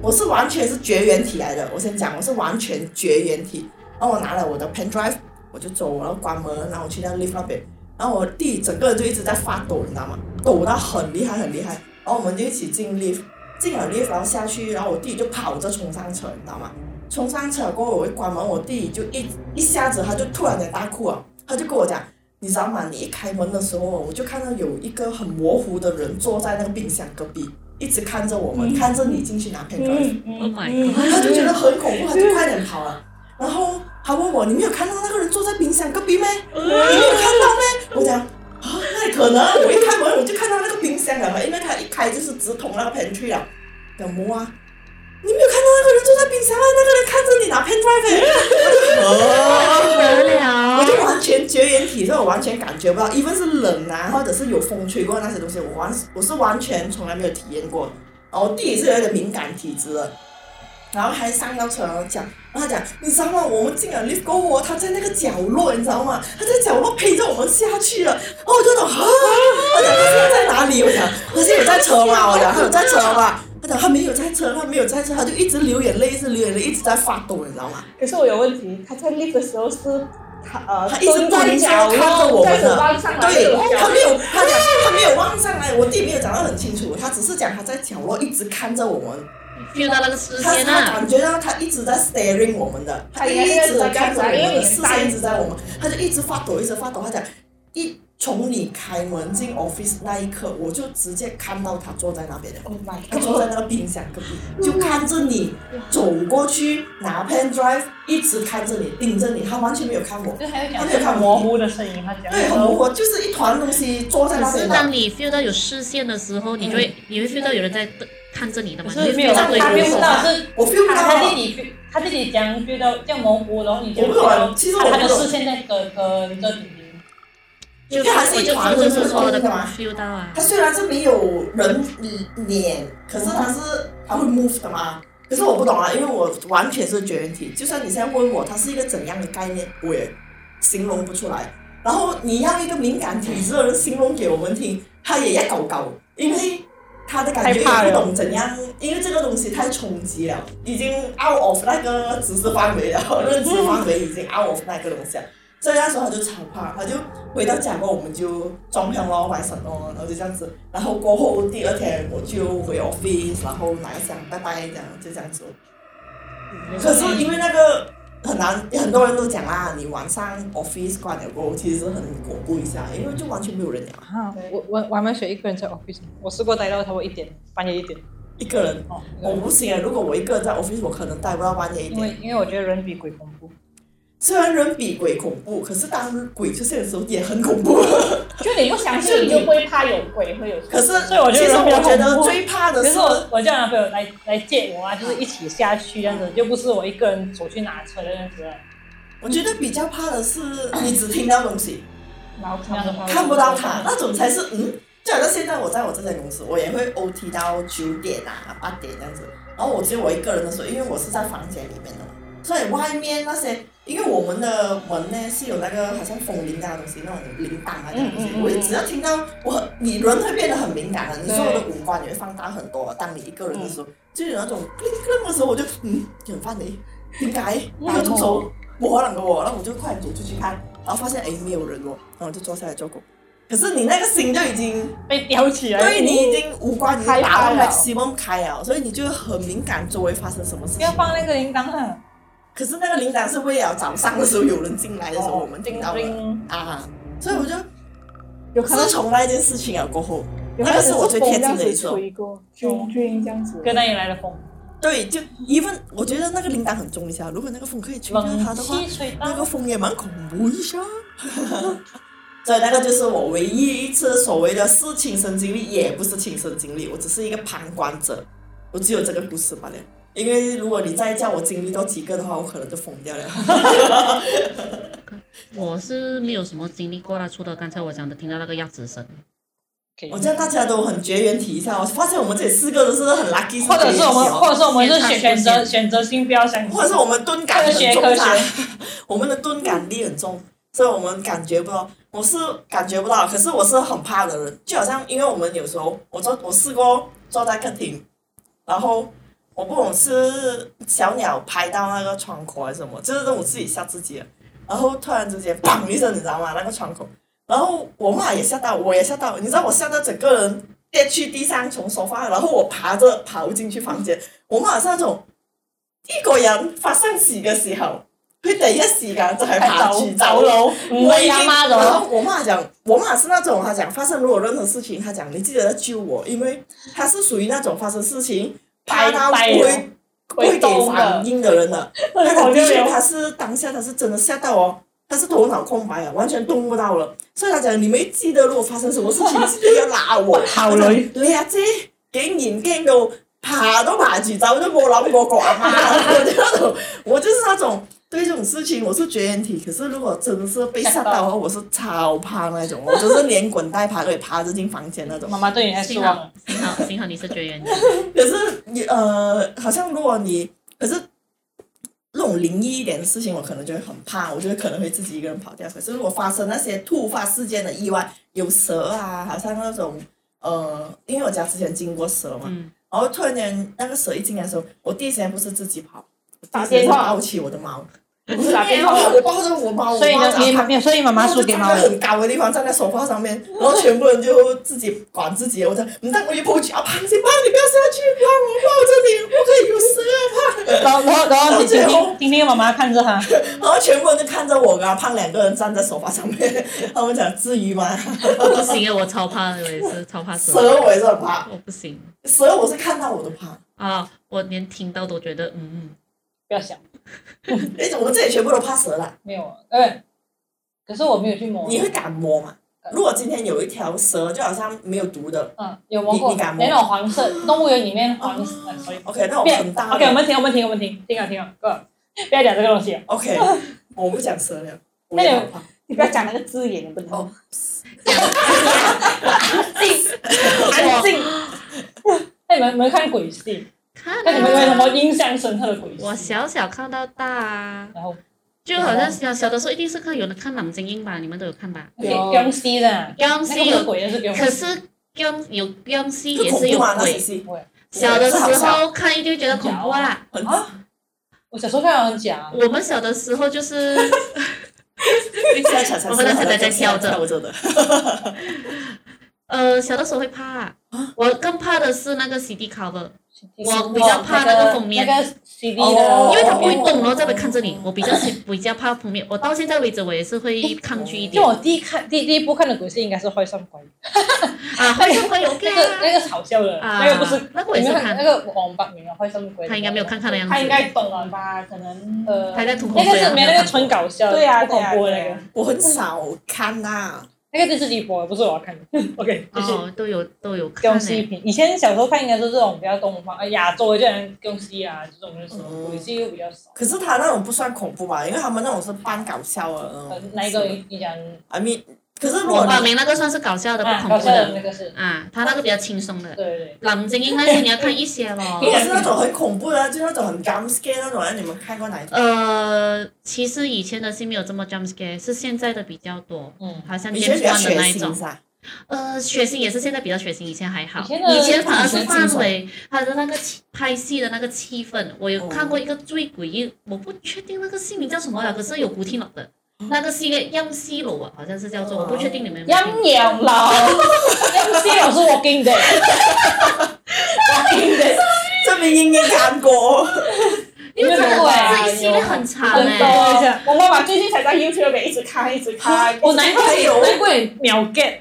S3: 我是完全是绝缘体来的，我先讲我是完全绝缘体，然后我拿了我的 pen drive，我就走，然后关门，然后我去到 lift 那边，然后我弟整个人就一直在发抖，你知道吗？抖到很厉害很厉害，然后我们就一起进 lift，进了 lift 然后下去，然后我弟就跑着冲上车，你知道吗？冲上车过后，我一关门，我弟就一一下子他就突然间大哭了，他就跟我讲，你知道吗？你一开门的时候，我就看到有一个很模糊的人坐在那个冰箱隔壁，一直看着我们，看着你进去拿 pen drive，、
S5: 嗯嗯
S1: Oh my
S3: 他就觉得很恐怖，他就快点跑了。然后他问我，你没有看到那个人坐在冰箱隔壁咩？你没有看到咩？我讲啊，那可能，我一开门我就看到那个冰箱了嘛，因为它一开就是直通那个 pantry 了。怎么啊？你没有看到那个人坐在冰箱啊？那个人看着你拿 pen drive，、欸、
S1: 不得了
S3: 我就完全绝缘体，所以我完全感觉不到，even 是冷啊，或者是有风吹过那些东西，我完我是完全从来没有体验过。然后我弟也是有点敏感体质的，然后还上到床然后讲，然后他讲，你知道吗？我们进了 lift 过后哦，他在那个角落，你知道吗？他在角落陪着我们下去了。然后我就懂，啊，我讲他现在在哪里？我讲，他现在有在车吗？我讲他有在车吗？他讲他没有在车，他没有在车，他就一直流眼泪，一直流眼泪，一直在发抖，你知道吗？
S4: 可是我有问题，他在 lift 的时候是他呃
S3: 他一直
S4: 蹲在
S3: 蹲
S4: 角
S3: 下看着
S4: 落，
S3: 我
S4: 在
S3: 们
S4: 手
S3: 的
S4: 腕上来
S3: 对
S4: 手，
S3: 他
S4: 脚
S3: 没有，他讲他没有望上来，我弟没有讲得很清楚，他只是讲他在角落一直看着我们，
S1: 遇到那个视
S3: 他
S1: 线
S3: 他
S1: 啊，
S3: 感觉到他一直在 staring 我们的，他
S4: 他应该
S3: 一
S4: 是
S3: 直
S4: 在
S3: 看着我
S4: 因
S3: 们
S4: 为
S3: 的
S4: 你
S3: 视
S4: 呆
S3: 线一直在我们，他就一直发抖，一直发抖。他讲一从你开门进 office 那一刻，我就直接看到他坐在那边的，
S4: Oh my
S3: 他坐
S4: god！
S3: 在那个冰箱隔壁，就看着你走过去拿 pen drive，一直看着你，盯着你，他完全没有看我。
S4: 就还有
S3: 他
S4: 讲
S3: 没有看
S5: 模
S3: 我，
S5: 糊的声音，他讲
S3: 对，很模糊，就是一团东西坐在那
S1: 可是
S3: 边
S1: 当
S3: 的。
S1: 你 feel 到有视线的时候，你就会你会 feel 到有人在看着你的嘛，
S5: 可是
S1: 你会
S5: 没有
S1: feel 到鬼
S5: 他
S1: 鬼
S5: feel
S1: 手
S5: 不
S1: 啊
S5: 到，是
S3: 我 feel 不
S5: 他他
S3: 到啊
S5: 自，己他自己讲 feel 到这样模糊，然后你就
S3: 我不懂，其实我
S5: 他
S3: 不
S5: 的视
S3: 懂，
S5: 线在隔隔着你，
S1: 就
S3: 因为还是
S1: 我
S3: 一
S1: 就
S3: 团
S1: 真
S3: 就
S1: 的
S3: 是
S1: 是说的
S3: 空的嘛
S1: feel 到啊
S3: 他，虽然是没有人嗯脸，可是他是他
S5: 嗯
S3: 会 move 的嘛。可是我不懂啊，因为我完全是绝缘体。就算你现在问我它是一个怎样的概念，我也形容不出来。然后你让一个敏感体质的人形容给我们听，他也要搞搞，因为他的感觉
S5: 害怕
S3: 也
S5: 了
S3: 不懂怎样，因为这个东西太冲击了，已经 out of 那个知识范围了， 认知范围已经 out of 那个东西了。所以那时候他就超怕，他就回到家过后我们就装啊香咯，买神咯，然后就这样子。然后过后第二天我就回 office，然后拿一箱拜拜这样就这样子。可是因为那个很难，很多人都讲啦，你晚上 office 关了过后，其实很恐怖一下，因为就完全没有人了，
S5: 啊，我我我还蛮喜欢一个人在 office，我试过待到差不多一点，半夜一点
S3: 一个人。
S5: 哦，
S3: 我不行啊！如果我一个人在 office，我可能待不到半夜一
S5: 因为
S3: 点。
S5: 因为我觉得人比鬼恐怖，
S3: 虽然人比鬼恐怖，可是当鬼出现的时候也很恐怖。
S4: 就你不相信，你就不会怕有鬼会有。
S3: 可是，
S5: 所以我觉得
S3: 其实
S5: 人比较
S3: 我觉
S5: 恐
S3: 得
S5: 怖
S3: 最怕的
S5: 可
S3: 是
S5: 是我我叫男朋友来来接我啊，就是一起下去这样子，就不是我一个人走去拿车这样子了。
S3: 我觉得比较怕的是你只听到东西，
S4: 然后看不
S5: 嗯
S4: 到
S3: 看不到它，那种才是嗯。就好像现在我在我这间公司，我也会 OT 到九点啊、八点这样子。然后我只有我一个人的时候，因为我是在房间里面的嘛，所以外面那些，因为我们的门呢是有那个好像风铃啊东西那种铃铛啊这种东西，
S5: 嗯嗯嗯嗯
S3: 我只要听到我你人会变得很敏感的，啊你
S5: 对
S3: 所有的五官也会放大很多。当你一个人的时候，
S5: 嗯
S3: 就有那种 click 的时候，我就嗯，眼翻你，點解？然後就走，冇可能嘅喎，然後我就快點走出去看，然後發現誒沒有人喎，然後我就坐下來做狗。可是你那個心就已經
S5: 被叼起来，
S3: 对你已经无关，你打到
S4: 開了
S3: maximum 开了，所以你就很敏感周围发生什么事
S5: 不
S3: 情
S5: 要。放那个铃铛啊，
S3: 可是那個铃铛是為了早上的時候有人進來的時候我們聽到的
S5: 叮
S3: 啊，所以我就
S4: 有可能
S3: 自從那件事情了過後，
S4: 有
S3: 那
S4: 可
S3: 個
S4: 能
S3: 是我最
S4: 风
S3: 貼
S4: 这
S3: 近
S4: 样
S3: 的一
S4: 子
S3: 次哦。
S4: 吹过，军军这样子。
S5: 跟那里来的风，
S3: 对，就 even 我覺得那個铃铛很重一下，如果那個風可以吹到它
S5: 冷
S3: 的話。
S5: 气吹
S3: 那个
S5: 到，
S3: 风也蛮恐怖一 下。所以那个就是我唯一一次所谓的是亲身经历，也不是亲身经历，我只是一个旁观者，我只有这个故事罢了。因为如果你再叫我经历多几个的话，我可能就疯掉了。
S1: 我是没有什么经历过啦，除了刚才我讲的听到那个样子声，
S5: 给
S3: 我叫大家都很绝缘体一下，我发现我们这四个都是很 lucky，
S5: 或者是我们，或者是我们是
S1: 先
S5: 选选
S1: 看先
S5: 择选择性不要相信，
S3: 或者是我们钝感
S5: 科
S3: 很
S5: 学
S3: 重
S5: 科
S3: 大
S5: 学，
S3: 我们的钝感力很重，所以我们感觉不到。我是感觉不到，可是我是很怕的人，就好像因为我们有时候我坐我试过坐在客厅，然后我不懂是小鸟拍到那个窗口还是什么，就是我自己吓自己了，然后突然之间砰一声，你知道吗？那个窗口，然后我妈也吓到，我也吓到，你知道我吓到整个人跌去地上，从沙发，然后我爬着跑进去房间，我媽係那種一個人發生事嘅時候，佢第一時間就
S2: 哎
S3: 係爬住走佬，
S5: 唔
S3: 我已
S5: 会
S3: 經
S5: 阿妈
S3: 然
S5: 的，
S3: 後我媽講，我媽是那種，她講發生如果任何事情，她講你記得要救我，因為她是屬於那種發生事情拍到不會不會
S4: 會
S3: 給
S4: 動的
S3: 反應的人的。她
S5: 我
S3: 啊
S5: 就
S3: 講的
S5: 有
S3: 確，她是當下她是真的嚇到哦，他是头脑空白啊，完全动不到了。所以他讲：你没记得，如果發生什麼事情，你記得要鬧我。
S6: 後女
S3: 你阿姐竟然驚到爬都爬住走，都冇諗過個阿媽。 我就那種，我就是那種對這種事情我是絕緣體。可是如果真的是被嚇到的話，我是超怕那哦種，我就是連滾带爬都得爬着进房间那种。
S2: 妈妈对你太失
S1: 幸
S2: 望
S1: 好
S2: 了。
S1: 幸好幸好你是绝缘体，
S3: 可是你呃，好像如果你可是那种灵异一点的事情，我可能就会很怕，我就会可能会自己一个人跑掉。可是如果发生那些突发事件的意外，有蛇啊，好像那种呃，因为我家之前经过蛇嘛，
S1: 嗯，
S3: 然后突然间那个蛇一进来的时候，我第一时间不是自己跑，我
S2: 打
S3: 第一时间
S2: 电话
S3: 抱起我 的猫，
S2: 不是打电话，
S3: 我抱着我猫，我
S6: 所以
S3: 猫
S6: 呢，
S3: 打
S6: 你
S3: 开
S6: 妈，所以妈妈输给猫
S3: 我就站 在很高的地方站在手帕上面，然后全部人就自己管自己。我在，唔得，我要抱住阿胖先，胖你不要下去，胖我抱着你，不可以有事啊，胖。
S2: 然后然后然后你
S3: 最
S2: 听
S3: 后
S2: 听听妈妈看着他，
S3: 然后全部人就看着我跟阿胖两个人站在手帕上面，他们讲至于吗？
S1: 不行，啊我超怕，我也是超怕蛇，
S3: 蛇我也是很怕，
S1: 我不行
S3: 蛇我是看到我都怕。
S1: 啊，我连听到都觉得嗯
S2: 不要想，
S3: 哎，我们这里全部都怕蛇了，
S2: 没有，哎，可是我没有去摸，
S3: 你会敢摸吗？如果今天有一条蛇，就好像没有毒的
S2: 嗯，有摸过，
S3: 你你敢摸
S2: 那种黄色，动物园里面黄色
S3: 哦
S2: 呃，sorry，
S3: ，OK，那我
S2: 变
S3: 很大
S2: OK，我
S3: 的
S2: 们停，我们停，我们停，听啊听啊，哥，不要讲这个东西了，
S3: ，OK，我不讲蛇了，我
S2: 那
S3: 也
S2: 你
S3: 很怕。
S2: 你不要讲那个字眼，你不能
S3: 哦
S2: 安静。那你们有没有看鬼戏？
S1: 看
S2: 那你们有没有什
S1: 啊，
S2: 么印象深刻的鬼戏？
S1: 我小小看到大啊，
S2: 然后
S1: 就好像小小的时候一定是看有人看《南京英》吧，你们都有看吧？
S2: 那个僵尸的，
S1: 僵
S2: 那
S1: 尸
S2: 个不是
S1: 有，
S2: 鬼的是僵
S1: 可
S2: 尸。
S1: 是僵有僵尸
S3: 就
S1: 也
S3: 恐
S1: 是有
S3: 怖嘛，那
S1: 鬼
S3: 也，是
S1: 小的时
S3: 是好
S1: 候看一定会觉得恐怖啦。
S3: 很
S2: 啊，我小时候看到人讲，
S1: 我们小的时候就是，
S3: 现在才才
S1: 我们的现在在跳着
S3: 跳着的，
S1: 呃，小的时候会怕，
S2: 啊
S1: 我更怕的是那个 CD cover，我比
S2: 那
S1: 较怕那个封面
S2: 那个 CD
S3: 哦
S1: 因
S2: 的，
S1: 为它不会
S3: 哦
S1: 动，然后在那边看着你，我比较喜比较怕封面。我到现在为止，我也是会抗拒一
S2: 就
S1: 点
S2: 我第一看第第一部看的鬼戏应该是坏上鬼，
S1: 啊，会是会有
S2: 那个那
S1: 个
S2: 个是好笑的，
S1: 啊，
S2: 那个不是。
S1: 那个我也是
S2: 那
S1: 看，
S2: 个王八明啊，坏上鬼。
S1: 他应该没有看看的样子嗯
S4: 他，应该懂了吧？可能
S2: 呃，
S1: 他在吐口
S2: 那个
S1: 水啊
S2: 是没有那个纯搞笑，
S4: 对啊
S2: 不恐怖的
S4: 对啊
S2: 那个
S4: 对啊，
S3: 我很少看啊呐。
S2: 那个电视剧播的，不是我要看的。OK，继续。
S1: 哦，都有都有看
S2: 僵尸
S1: 欸
S2: 片，以前小时候看应该都是这种比较东方，呃，亚洲的就像僵尸啊这种就是
S3: 哦
S2: 鬼戏又比较少。
S3: 可是他那种不算恐怖吧，因为他们那种是半搞笑的那
S2: 呃
S3: 种。
S2: 哪一个你你讲？
S3: ？I mean，可是如
S1: 我
S3: 果
S1: 把
S3: 你
S1: 明那个算是搞笑的，
S2: 啊
S1: 不
S2: 搞
S1: 恐
S2: 笑
S1: 怖
S2: 的
S1: 的
S2: 那个是，
S1: 啊，他那个比较轻松
S2: 对
S1: 的。
S2: 对对。
S1: 冷静英那些你要看一些咯
S3: 如。果是那种很恐怖的，就那种很 jump scare 那种，那你们看过哪一 种？
S1: 呃，其实以前的戏没有这么 jump scare，是现在的比较多，
S2: 嗯，
S1: 好像
S3: 以前
S1: James
S3: 比较
S1: Bond 的
S3: 血
S1: 那一
S3: 腥啊
S1: 种。
S3: 是吧？
S1: 呃，血腥也是现在比较血腥，以前还好。
S2: 以前的
S1: 反而
S3: 以
S1: 是
S3: 前
S1: 范
S3: 惊悚
S1: 围，他的那哦个气拍戏的那个气氛。我有看过一个最诡异，我不确定那个戏名叫什么了，可是有古天乐的那个系列《央西楼》啊，好像是叫做，我不确定你们有没有听过。
S2: 养养老，僵尸老是我给你的，我给你的，
S3: 这边应该看过。
S1: 因为
S2: 没
S1: 这
S2: 有
S1: 个
S2: 啊
S1: 这一系列很长
S2: 很
S1: 哎、
S2: 多
S4: 对啊我妈妈最近才在 YouTube 里一直看，一直看。
S2: 我难怪
S3: 还有
S2: 难怪你秒 get，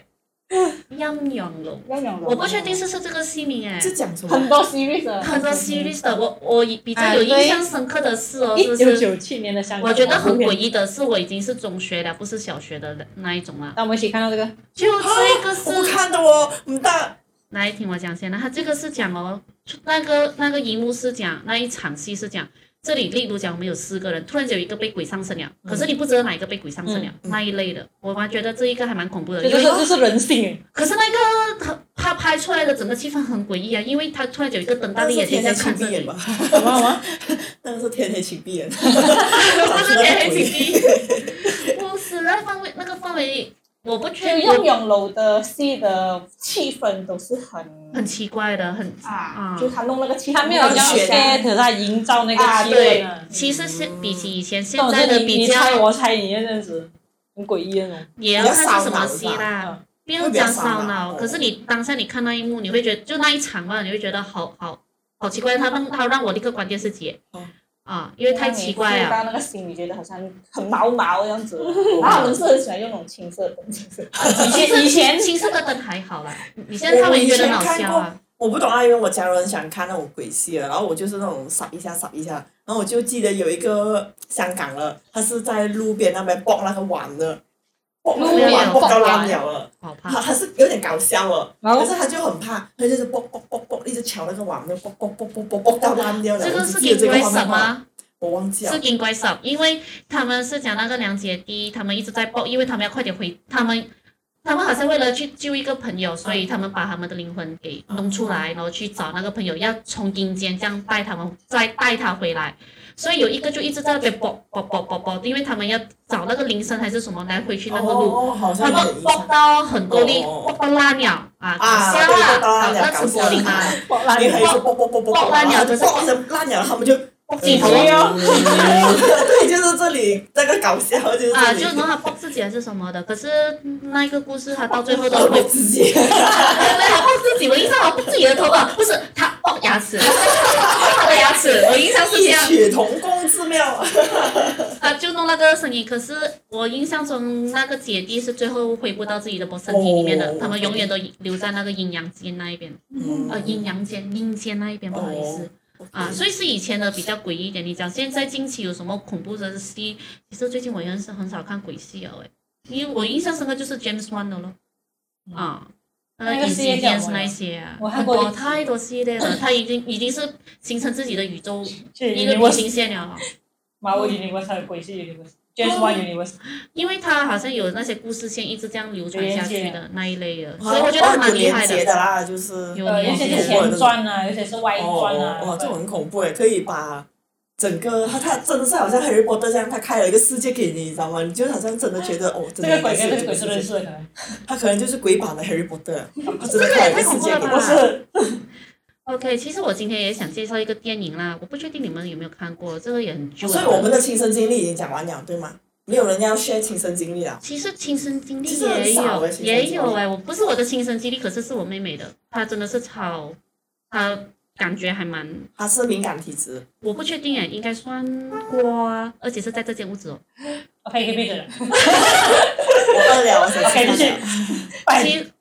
S1: 央洋楼，
S4: 那种的
S1: 我不确定是不是这个戏名哎、
S3: 是讲什么？
S4: 很多 series 的
S2: 啊
S1: 很多 series 的，我我比较
S2: 哎
S1: 有
S2: 对
S1: 印象深刻的是哦，
S2: 一
S1: 就
S2: 九
S1: 是
S2: 九七年的香港，
S1: 我觉得很诡。异的是，我已经是中学了，不是小学的那一种了。啊
S2: 那我们一起看到这个，
S1: 就这个
S3: 我不
S1: 是，
S3: 看的哦，唔得。
S1: 来听我讲先啦。他这个是讲哦，就那个那个荧幕是讲那一场戏是讲，这里例如讲我们有四个人，突然间有一个被鬼上身了，可是你不知道哪一个被鬼上身了、
S3: 嗯
S1: 那一类的，我还觉得这一个还蛮恐怖的，
S2: 这
S1: 因
S2: 就是
S1: 为
S2: 这是人性
S1: 可是那个他他拍出来的整个气氛很诡异啊，因为他突然间有一个瞪大
S3: 那
S1: 的
S3: 是
S1: 眼睛
S3: 天
S1: 在
S3: 黑请
S1: 看着
S3: 闭眼
S1: 你
S3: 吧，，
S2: 哎，什么什么？
S3: 那个是天黑请闭眼。
S1: 不是天黑请
S3: 鬼
S1: 闭，不是那氛围那个氛围，我不
S4: 就
S1: 确
S4: 用
S1: 定，
S4: 永楼的戏的气氛都是很
S1: 很奇怪的，很
S4: 啊
S1: 啊，
S4: 就他弄那个气氛，
S2: 他没有要
S4: 很血腥
S2: get，他营造那个
S4: 啊
S2: 气
S1: 对
S2: 氛啊。
S1: 其实是比起以前现
S2: 这种
S1: 在
S2: 是
S1: 的
S2: 你
S1: 比
S2: 你
S1: 较
S2: 猜。我猜你那阵子，很诡异那种。
S1: 也要看是什么戏啦，不用讲烧脑。
S3: 会比较烧脑
S1: 可是你当下你看那一幕，你会觉得就那一场嘛，你会觉得好好好奇怪。他让他让我立刻关电视机
S3: 哦，
S1: 啊，因为太奇怪
S4: 到
S1: 了。
S4: 那个心里觉得好像很毛毛这样 子。然后我们是很喜欢用那种青色的东西，
S2: 以前以 前
S1: 青色的灯还好啦，你现在看我也觉得很好笑啊。
S3: 我不懂啊，因为我家人想看那种鬼戏啊，然后我就是那种扫一下扫一下，然后我就记得有一个香港的，他是在路边那边剥那个碗的，剥
S1: 路边啊
S3: 剥到烂
S4: 剥
S3: 了了，
S1: 好怕
S3: 他。他是有点搞笑哦，
S5: 然后
S3: 可是他就很怕，他就是剥剥剥剥，一直敲那个碗，就剥剥剥剥剥剥到烂掉了。
S1: 这
S3: 我
S1: 个
S3: 只
S1: 是
S3: 记得这
S1: 应
S3: 个
S1: 该
S3: 画
S1: 什
S3: 面吧？
S1: 么？
S3: 我忘记了
S1: 是。应该少，因为他们是讲那个梁姐弟，他们一直在报，因为他们要快点回，他们他们好像为了去救一个朋友，所以他们把他们的灵魂给弄出来，然后去找那个朋友，要从阴间这样带他们，再带他回来。所以有一个就一直在那边啵啵啵啵啵，因为他们要找那个铃声还是什么来回去那个路，
S3: 哦，好像
S1: 他
S3: 有点
S1: 们
S3: 印
S1: 啵
S3: 象。
S1: 到很够力，
S3: 哦
S1: 啵到烂了啊，搞
S3: 啊
S1: 笑
S3: 对
S1: 啊，
S3: 啵到烂了
S1: 搞到吃
S3: 搞笑
S1: 柏林啊，
S4: 我来
S3: 你还说剥剥剥
S1: 剥
S3: 剥剥
S1: 烂了
S3: 然后
S1: 就是
S3: 剥成烂了，他们就
S1: 啵镜头
S3: 哎呀 对，就是这里那个搞笑就是
S1: 啊，
S3: 这
S1: 就然
S3: 里。
S1: 后他 b 自己还是什么的，可是那一个故事他到最后都
S3: 我
S1: 会，
S3: 自
S1: 对，
S3: 己，
S1: 他 b 自己，我印象好 b 自己的头发，不是他 b 牙齿，他的牙齿，我印象是这
S3: 异
S1: 样，
S3: 曲同工之妙。
S1: 他就弄那个声音，可是我印象中那个姐弟是最后恢复到自己的身体里面的，
S3: 哦
S1: 他们永远都留在那个阴阳间那一边，呃，阴阳间、阴间那一边，不好意思。啊，所以是以前的比较诡异一点。你讲现在近期有什么恐怖的戏？其实最近我也是很少看鬼戏了，哎，因为我印象深刻就是 James Wan 的咯，啊，呃，
S5: 嗯那个
S1: 以
S5: 系列
S1: 及
S5: 叫什
S1: Dance
S5: 么
S1: 那一些啊，
S5: 我看
S1: 很
S5: 过一
S1: 多
S5: 集
S1: 太多系列了，他已经已经是形成自己的宇宙
S5: 是
S1: 一个
S5: universe
S1: 平行线了 咯，
S2: 嗯
S5: Marvel Universe 还有鬼系 Universe，James One Universe，
S1: 因为他好像有那些故事线一直这样流传下去
S5: 连接
S1: 的那一类的，所以我觉得还蛮厉害
S3: 有连
S1: 的。
S3: 接的啦，就是
S1: 有
S5: 呃，有
S1: 连
S5: 些
S1: 接
S5: 是前传啊，有些是外传啊
S3: 哦，哦，这种很恐怖诶，可以把整个他他真的是好像《哈利波特》这样，他开了一个世界给你，你知道吗？你就好像真的觉得哦，
S5: 这
S3: 真的
S5: 个鬼跟
S3: 有
S5: 这个鬼是
S3: 这
S5: 认
S3: 个世
S5: 识
S3: 界
S5: 的，可能
S3: 他可能就是鬼版的《哈利波特》，啊他真的开了一个世界给
S1: 这个也太恐怖了
S5: 不
S1: 吧
S3: 你。
S5: 是
S1: OK，其实我今天也想介绍一个电影啦，我不确定你们有没有看过，这个也很旧了。啊
S3: 哦所以我们的亲身经历已经讲完了，对吗？没有人要 share 亲身经历了。
S1: 其实亲身经历
S3: 其实很
S1: 也
S3: 少
S1: 有
S3: 欸，亲身经历
S1: 也有哎、我不是我的亲身经历，可是是我妹妹的，她真的是超，她感觉还蛮，
S3: 他是敏感体质，
S1: 我不确定哎、应该算过啊，而且是在这间屋子哦。
S5: OK，可以闭嘴了。
S3: 我饿了，我想
S5: OK，继
S3: 吃
S5: 续
S3: 饭了。哎
S1: 其实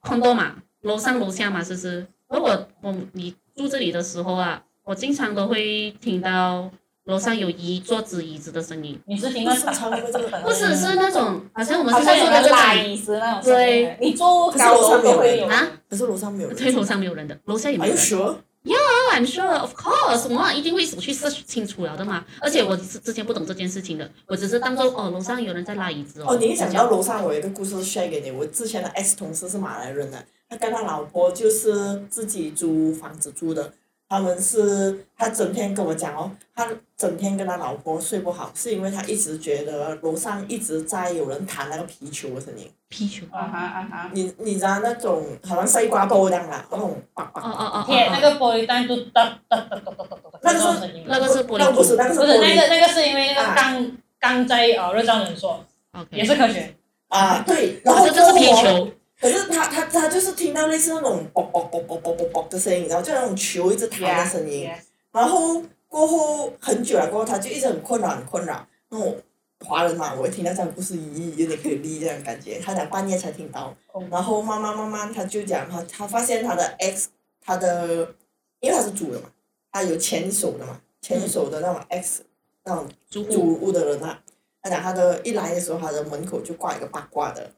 S1: 空多嘛，楼上楼下嘛，是不是？如果我你住这里的时候啊，我经常都会听到楼上有一桌子椅子的声音，
S5: 你是听到打打打打
S1: 不是是那种好像我们
S4: 好
S1: 是在
S4: 像
S1: 做
S4: 有
S1: 那个
S4: 人拉椅子那种声音的，你坐
S3: 可是
S4: 高
S3: 楼
S4: 楼
S3: 上没
S4: 都
S3: 有
S4: 会
S3: 人
S4: 有。
S1: 啊，
S3: 可是楼上没有人。
S1: 对，楼上没有人的，楼下也没有
S3: Are you
S1: 人。
S3: sure？
S1: I'm sure, of course，我们一定会去 search 清楚了的嘛。而且我之之前不懂这件事情的，我只是当做哦，楼上有人在拉椅子哦。
S3: 哦，你一想到楼上，我有一个故事 share 给你。我之前的 ex 同事是马来人的，他跟他老婆就是自己租房子住的。他们是他整天跟我讲哦，他整天跟他老婆睡不好，是因为他一直觉得楼上一直在有人弹那个皮球的声音。
S1: 皮球。哦
S4: 啊哈啊哈，
S3: 你你知道那种好像西瓜刀一样啦，那种叭叭。
S1: 哦哦
S5: 铁那
S1: 哦，
S5: 个玻璃弹就哒哒哒哒哒哒哒，
S3: 那个
S5: 种
S3: 是
S5: 声音。
S1: 那个是玻璃
S3: 那不是那个是
S5: 不
S3: 玻
S5: 是那
S3: 璃
S5: 个那个是因为那个钢钢在呃热胀冷缩，
S1: 哦
S5: 也
S1: ，OK。
S5: 是科学。
S3: 啊，对，然后
S1: 可是这是
S3: 过
S1: 皮
S3: 后哦
S1: 球，
S3: 可是他他他就是听到类似那种啵啵啵啵啵啵啵的声音，然后就那种球一直弹的声音
S4: Yeah, yeah.
S3: 然后过后很久了过后，他就一直很困扰很困扰。那我华人嘛，我一听到这样的故事，咦，有点可疑这样的感觉。他讲半夜才听到，然后慢慢慢慢他就讲他他发现他的 ex 他的，因为他是主的嘛，他有前手的嘛，前手的那种 ex 那种
S1: 租户
S3: 嗯租屋的人啊，他讲他的一来的时候，他的门口就挂一个八卦的。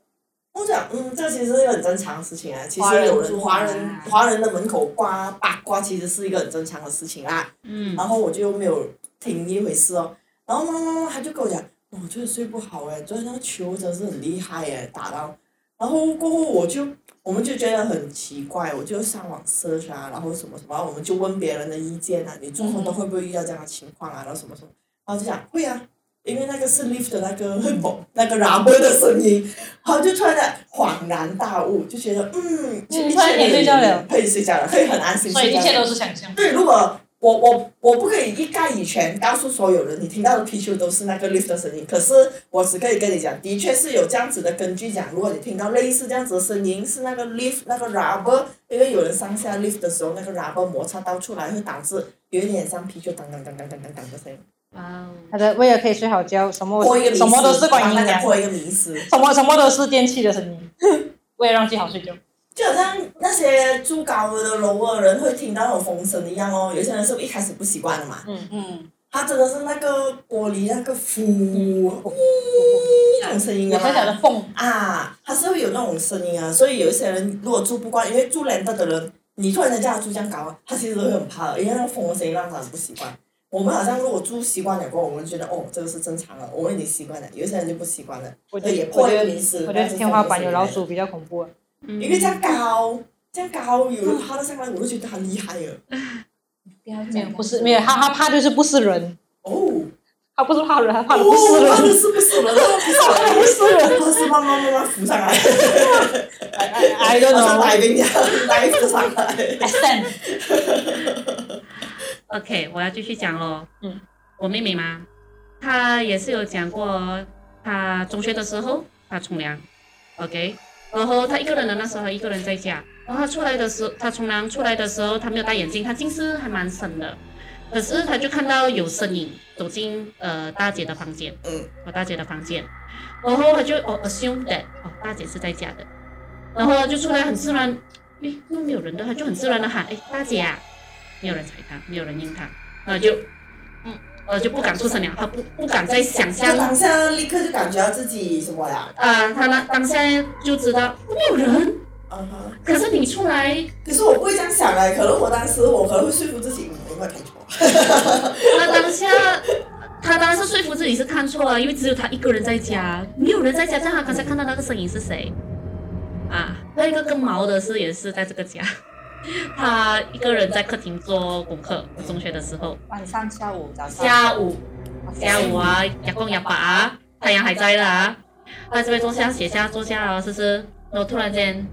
S3: 我讲，嗯，这其实是一个很正常的事情啊。其
S4: 华
S3: 实
S4: 人
S3: 有
S4: 住
S3: 人
S4: 嘛
S3: 华人啊华人的门口挂八卦，其实是一个很正常的事情啦。
S1: 嗯，
S3: 然后我就没有听一回事哦。然后妈妈妈她就跟我讲，哦我真的睡不好哎，昨天那个球真的是很厉害哎，打到。然后过后我就我们就觉得很奇怪，我就上网 search 啊，然后什么什么，然后我们就问别人的意见啊，你住后都会不会遇到这样的情况啊，然后什么什么，然后就讲会啊。因为那个是 lift 的那个那个 rubber 的声音，然后就突然间恍然大悟，就觉得嗯，
S5: 嗯
S3: 一
S5: 突然
S3: 切
S5: 可以睡觉了，
S3: 可以睡觉了，可以很安心
S5: 所
S3: 睡
S5: 以一
S3: 觉了。
S5: 切都是想象。
S3: 对，如果我我我不可以一概以全告诉所有人，你听到的皮球都是那个 lift 的声音。可是我只可以跟你讲，的确是有这样子的根据讲，如果你听到类似这样子的声音，是那个 lift 那个 rubber，因为有人上下 lift 的时候，那个 rubber 摩擦到出来会导致有一点像皮球当当当当当当当的声音。
S1: 哇哦，
S5: 好的，为了可以睡好觉，什么
S3: 破一个迷思，
S5: 什么都是关
S3: 帮
S5: 于
S3: 大
S5: 音
S3: 家
S5: 量，
S3: 破一个迷思。
S5: 什么什么都是电器的声音，为了让自己好睡觉。
S3: 就好像那些住高楼的楼的人会听到那种风声一样哦，有些人是一开始不习惯的嘛，
S4: 嗯，
S3: 他真的是那个玻璃那个呼呜那种声音
S5: 我
S3: 的嘛
S5: 在讲的缝，
S3: 啊，它是会有那种声音啊，所以有一些人如果住不惯，因为住 l a n d 的人，你突然间叫他住这样高，他其实都会很怕的，因为那个风的声音让他很不习惯。我们好像如果住习惯了过后，我们觉得哦这个是正常的，我们已经习惯了，有一些人就不习惯了，
S2: 我觉
S3: 所以也
S2: 得
S3: 破
S2: 我觉
S3: 坏
S2: 得
S3: 迷失。
S2: 我觉
S3: 但
S2: 得
S3: 是
S2: 天花
S3: 风
S2: 板
S3: 是
S2: 有老
S3: 的
S2: 鼠比较恐
S5: 啊
S2: 怖。
S1: 嗯
S3: 因为这样高，这样高，有人爬到上来，我都觉得他厉害了。
S4: 不要
S5: 没有
S4: 讲
S5: 不是没有，他他怕就是不是人，
S3: 哦，
S2: 他不是怕人，他怕的不是
S3: 哦，
S2: 人。
S3: 真的是不是人，不是人，他是慢慢慢慢浮上来，
S5: I
S3: 好
S5: don't
S3: 像
S5: know
S3: 来宾一样，来浮上来。
S5: ascend，
S1: OK，我要继续讲喽。
S5: 嗯，
S1: 我妹妹嘛，她也是有讲过哦，她中学的时候她冲凉，OK，然后她一个人的那时候一个人在家，然后她出来的时候，她冲凉出来的时候，她没有戴眼镜，她近视还蛮深的，可是她就看到有身影走进呃大姐的房间，
S3: 嗯，
S1: 我大姐的房间，然后她就哦 assume that 哦大姐是在家的，然后就出来很自然，诶，都没有人的，她就很自然的喊，诶，大姐啊。没有人睬他，没有人应他，然后就，嗯，呃，就不敢出声了，他不不敢再想
S3: 就
S1: 象，啊、
S3: 当下立刻就感觉到自己什么啦，
S1: 他那当下就知道没有人，
S3: 嗯哼。
S1: 可是你出来，
S3: 可是我不会这样想哎，可能我当时我可能会说服自己，嗯我应该看错。
S1: 他当下，他当然是说服自己是看错了，因为只有他一个人在家，没有人在家，这样他刚才看到那个身影是谁？啊，那一个更毛的是也是在这个家， 他一个人在客厅做功课，中学的时候，
S4: 晚上、下午、早上，
S1: 下午下午啊，阳光阳把啊，太阳还在的啊，他在这边坐下写下坐下啊，思思，然后突然间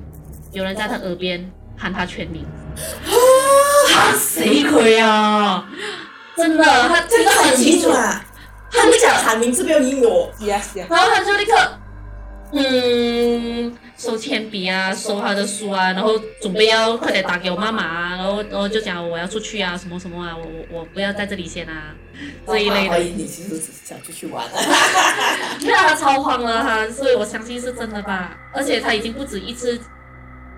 S1: 有人在他耳边喊他全名， 啊，谁鬼啊？真的，他
S3: 这
S1: 听得
S3: 个
S1: 很
S3: 很
S1: 清
S3: 清
S1: 楚
S3: 楚，啊，他们讲喊名字没有应我，
S4: yes yes，
S1: 然后他就立刻，嗯，收铅笔啊，收他的书啊，然后准备要快点打给我妈妈啊，然后然后就讲我要出去啊，什么什么啊，我我我不要在这里先啊，这一类
S3: 我怀
S1: 的。
S3: 疑你其实只是想出去玩。
S1: 对啊，他超慌了哈，所以我相信是真的吧。而且他已经不止一次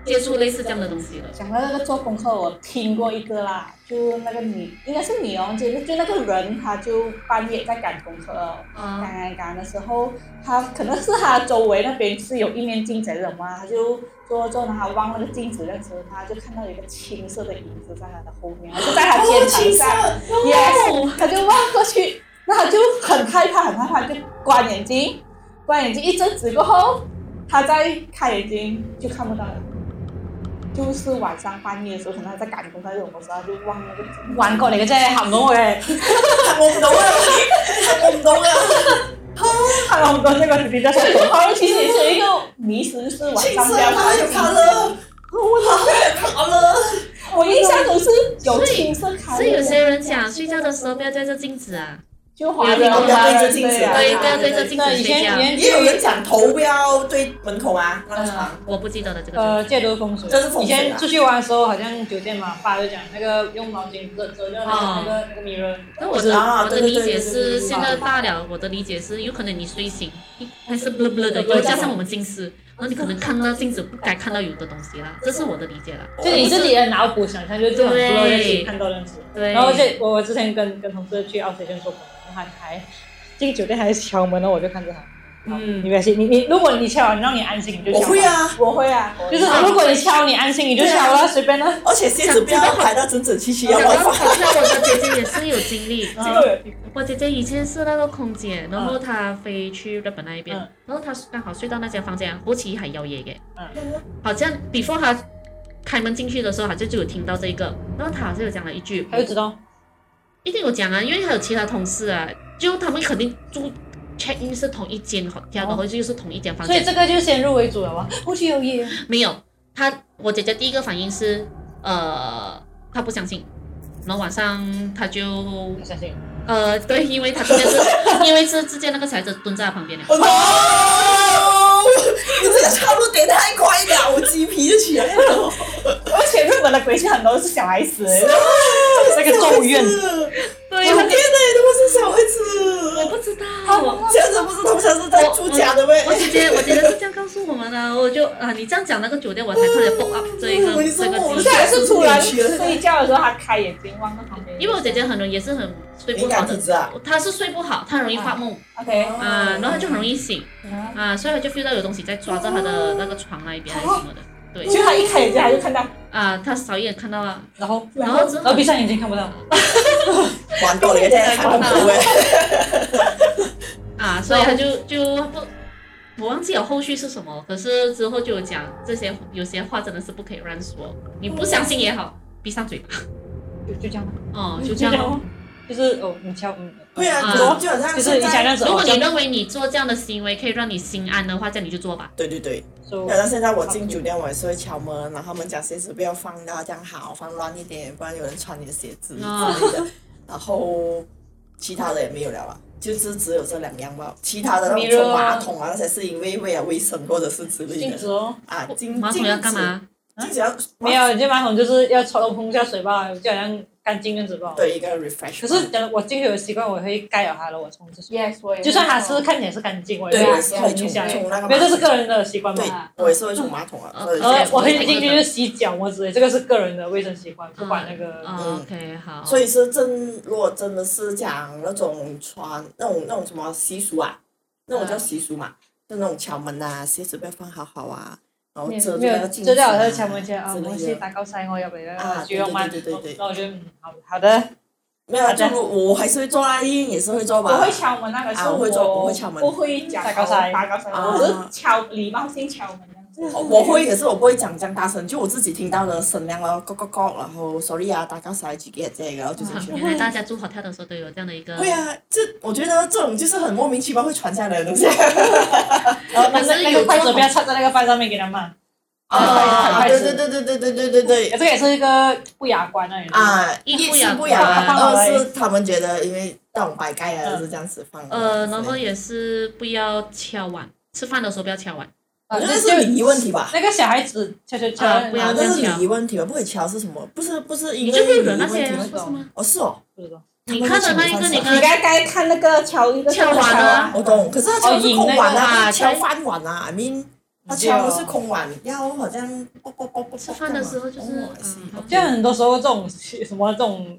S1: 接触类似这样的东西了。
S4: 讲到那个做功课，我听过一个啦，就那个你应该是你哦，就就那个人他就半夜在赶功课哦，赶
S1: 啊，
S4: 赶赶的时候，他可能是他周围那边是有一面镜子还是什么啊，他就坐坐，然后他望那个镜子的时候，他就看到有一个青色的影子在他的后面，就在他肩
S3: 哦，
S4: 膀
S3: 青色，
S4: 上，yes，他就望过去，那他就很害怕，很害怕，就关眼睛，关眼睛一阵子过后，他再开眼睛就看不到了。就是晚上半夜的时候，可能他在赶工，在这种时候他就望那个镜子
S2: 玩过嚟嘅啫，行唔到我嘅，
S3: 我唔懂啊，我唔懂啊，
S4: 看了我们的那个弟弟在说什么，其实也是一个迷失，就是晚
S3: 青
S4: 上
S3: 色
S4: 不要
S3: 他有卡了，卡了，
S4: 我印象中是有青色卡
S1: 所以有些人讲睡觉的时候不要对着镜子啊，
S4: 就华人
S1: 有
S4: 华人
S3: 有镜子
S4: 对啊
S1: 对，不要对着镜
S2: 那
S1: 子
S2: 以
S1: 睡
S2: 前
S1: 觉
S2: 以。前
S3: 也有人
S2: 去
S3: 讲头不要对门口啊，那个
S2: 呃
S3: 床，
S1: 我不记得了这个。
S2: 呃借读风水
S3: 这是，风
S2: 以
S3: 水啊
S2: 前出去玩的时候好像酒店嘛，爸就讲那个用毛巾遮遮掉那个那个那个迷人，
S1: 那我的、
S3: 啊
S1: 我的
S3: 对
S1: 理
S3: 对对
S1: 解
S3: 对对对
S1: 是，
S3: 对
S1: 现在大了，我的理解是，有可能你睡醒还
S3: 嗯
S1: 是 blur blur 的，
S2: blur blur
S1: 又
S2: 的
S1: 加上我们近视，然后你可能看到镜子不该看到有的东西啦，这是我的理解啦。
S2: 就你自己的脑补想象就是这种
S1: 对
S2: 多认识看到认识。
S1: 对，
S2: 然后这我我之前跟跟同事去奥斯汀做朋友，他还进酒店还敲门，然后我就看着他。
S1: 嗯
S2: 你没关系，你你如果你敲完让你安心，你就
S3: 我
S2: 敲吧。
S3: 会啊，
S4: 我会啊，我
S2: 就是如果你敲你安心，你就敲啦，随便啦。
S3: 而且鞋子不要排到整整齐齐，要嗯
S1: 讲到
S3: 乱
S1: 好
S3: 放。
S1: 像我的姐姐也是有经 历，
S2: 这个
S1: 我姐姐以前是那个空姐，然后她飞去日本那一边，
S2: 嗯
S1: 然后她刚好睡到那间房间，好似係有嘢嘅，
S2: 嗯
S1: 好像 before 她开门进去的时候，好像就有听到这个，然后她好像有讲了一句，
S2: 他就知道。
S1: 一定有讲啊，因为还有其他同事啊，就他们肯定住 check in 是同一间 hotel，然
S3: 哦
S1: 后就是同一间房
S2: 所以
S1: 间，
S2: 这个就先入为主了吧？我去有夜，
S1: 没有，她我姐姐第一个反应是，呃，她不相信，然后晚上她就
S2: 我相信。
S1: 呃，对，因为她直接 是因为是直接那个小孩子蹲在她旁边了。
S3: 我操！你这个套路点太快了，我鸡皮就起来了。
S4: 而且日本的鬼戏很多是小孩子，
S2: 那个咒怨
S3: 我
S1: 对，
S3: 天
S1: 我
S3: 哪，都是小孩子。
S1: 不知道，
S4: 他
S1: 我
S3: 这样子不是他们像是在
S1: 我
S3: 住家的呗？
S1: 我姐姐，我姐姐是这样告诉我们的，我就啊，你这样讲那个酒店，我才特别 book up 这一个
S3: 我也是
S1: 这个
S3: 我
S1: 机
S3: 现
S1: 票
S3: 在，
S4: 是突然
S3: 去了
S4: 睡觉的时候，他开眼睛望到旁边。
S1: 因为我姐姐很容易也是很睡不
S3: 敏
S1: 好
S3: 感体
S1: 的，
S3: 质啊。
S1: 她是睡不好，她容易发梦
S5: OK，
S3: 哦
S1: 啊，然后她就很容易醒啊，所以她就 feel 到有东西在抓着她
S3: 哦
S1: 的那个床那一边还是什么的，对
S4: 就他一开眼睛，他就看到
S1: 啊，她少一眼看到啊，
S5: 然后
S1: 然后之
S2: 然后
S1: 后
S2: 闭上眼睛看不到，
S3: 玩过了，现在看不出哎。
S1: 啊，所以她就
S3: 哦
S1: 就不。我忘记有后续是什么，可是之后就有讲这些有些话真的是不可以乱说，你不相信也好，闭上嘴巴，
S2: 就就这样吧，
S1: 哦，就
S3: 嗯
S1: 这样 咯。
S2: 就是哦，你敲，嗯，
S3: 对啊，
S1: 啊
S3: 就就好像
S2: 就是你想这样子，
S1: 如果
S2: 哦这
S1: 你
S2: 样
S1: 认为你做这样的行为可以让你心安的话，这样你就做吧。
S3: 对对对，啊
S2: 就
S3: 然后现在我进酒店，我也是会敲门，然后他们讲鞋子不要放到这样好，放乱一点，不然有人穿你的鞋子
S1: 啊
S3: 之类的。然后其他的也没有了啊，就是只有这两样吧。其他的那种冲马桶啊，那些是因为为了卫生或者是之类
S5: 镜子
S3: 的
S5: 哦，
S3: 啊，镜
S1: 马桶要干？嘛？
S3: 镜子镜子要
S2: 没有，你这马桶就是要抽碰一下水吧，就好像干净这样子吧。
S3: 对一个 refresh。
S2: 可是呃我进去有习惯，我会盖好它了，我冲就是。
S4: yes，我也
S2: 就算它是看起来是干净，我也
S3: 对，我也
S2: 会
S3: 是会
S2: 冲
S3: 冲
S2: 一下。
S3: 冲那个马桶，
S2: 没有，这是个人的习惯
S3: 对
S2: 嘛。，
S3: 我也是会冲马桶啊。
S1: 嗯
S3: 所以
S2: 然后哦我会
S1: 对
S2: 进去就是洗脚嘛之类，这个是个人的卫生习惯，不管那个。
S1: 啊，OK，好。
S3: 所以是真，如果真的是讲那种传那种那种什么习俗啊，那种叫习俗嘛，就那种敲门啊，鞋子不要放好好啊，然后遮
S2: 没
S3: 掉
S2: 有，
S3: 要镜
S2: 知
S3: 子
S2: 道
S3: 啊
S2: 我在敲门前啊，
S3: 之
S2: 我
S3: 类
S2: 是
S3: 的。
S2: 打高塞，我要不要
S3: 啊
S2: 去用吗？
S3: 对对对对对
S2: 那我觉得嗯，好好的，
S3: 没有啊，
S2: 好的
S3: 就我还是会做啊，一定也是会做
S4: 我
S3: 吧
S4: 会。敲门那个，
S3: 啊
S4: 是
S3: 我会做我会敲门
S4: 不会讲
S2: 打高塞
S4: 打高塞，
S3: 啊
S4: 我只是敲礼貌性敲门这样子。
S3: 我会，可是我不会讲这样大声，就我自己听到的声量咯，咯咯咯，然后 sorry 啊，大家塞几个这个，然后就进
S1: 啊
S3: 去。
S1: 原来大家住 hotel 的时候都有这样的一个。
S3: 会啊，这我觉得这种就是很莫名其妙会传下来的东西。
S2: 然后那
S1: 可是
S2: 那那
S1: 有
S2: 个筷
S1: 这
S2: 子
S1: 种
S2: 不要插在那个饭上面给他骂，
S3: 啊，对对对对对对对对对
S2: 这。个也是一个不雅观的。
S3: 啊，
S1: 一
S3: 一
S1: 不
S3: 是
S1: 雅
S3: 不
S1: 观
S3: 雅观，
S2: 放好
S3: 二
S2: 嘞
S3: 是他们觉得因为那种白盖啊就是这样子放的。
S1: 呃，然后也是不要敲碗，吃饭的时候不要敲碗。
S2: 啊
S3: 我觉
S2: 就
S3: 得是礼仪问题吧，
S2: 那个小孩子敲敲敲，
S1: 啊不要
S3: 啊，
S2: 然后
S3: 那
S1: 这
S3: 是
S1: 样敲
S3: 礼仪问题吧，不可以敲是什么？不是不是因
S1: 你
S3: 为
S1: 就会
S3: 礼仪
S1: 惹
S3: 问
S1: 那
S3: 题
S1: 些，
S3: 吗
S1: 不是吗？
S3: 哦是哦，
S2: 不知道
S1: 你看的那一个，你
S4: 你
S1: 看
S4: 刚才看那个敲一个
S1: 敲完了
S3: 我懂，可是他敲是空
S1: 哦引
S3: 碗啊，他
S1: 那个
S3: 敲
S1: 啊
S3: 饭碗啊，I mean。他敲的是空碗，要好像啵啵啵啵啵
S1: 吃饭的时候就是嗯
S3: 哦 I see，
S1: 好
S3: OK
S2: 像很多时候这种什么这种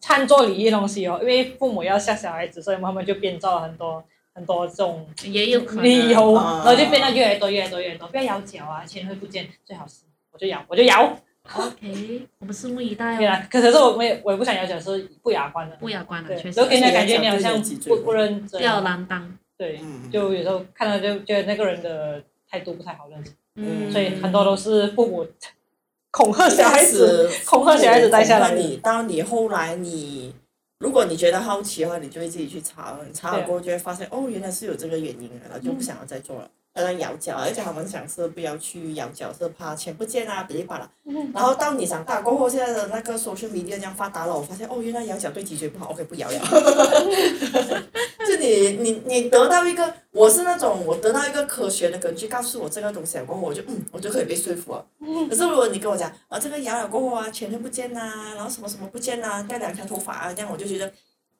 S2: 餐桌礼仪的东西哦，因为父母要吓小孩子，所以他们就编造了很多很多这种
S1: 嗯也有可
S2: 理
S1: 能。
S2: 由，
S3: 啊
S2: 然后就变得越来越多越来越多越来越多，不要咬脚啊，钱会不见，最好是我就咬我就咬，
S1: OK，我们拭目以待
S2: 对啊
S1: 哦。
S2: 啦，可可是我我也我也不想咬脚是不雅观的，
S1: 不雅观啊
S2: 对
S1: 了，确，实
S2: 然后给人家感觉你好像不不认
S1: 不
S2: 真，
S1: 要锒铛。
S2: 对，
S3: 嗯
S2: 就有时候看到就觉得那个人的态度不太好认识，
S1: 嗯，
S2: 所以很多都是父母恐 吓小孩子。
S3: 子
S2: 恐吓小孩子待下来
S3: 恐吓你到你后来你，如果你觉得好奇的话，你就会自己去查，你查了
S2: 对
S3: 过后就会发现，哦，原来是有这个原因的，然后就不想要再做了。当然咬脚，而哎且他们想是不要去咬脚，是怕钱不见啊，比例吧啦。
S2: 嗯
S3: 然后到你长大过后，现在的那个 social media 这样发达了，我发现哦，原来咬脚对脊椎不好，OK 不咬了。就你你你得到一个，我是那种我得到一个科学的根据告诉我这个东西了过后，我就嗯我就可以被说服了。可是如果你跟我讲啊这个咬了过后啊钱就不见啦、然后什么什么不见啦、掉两条头发啊，这样我就觉得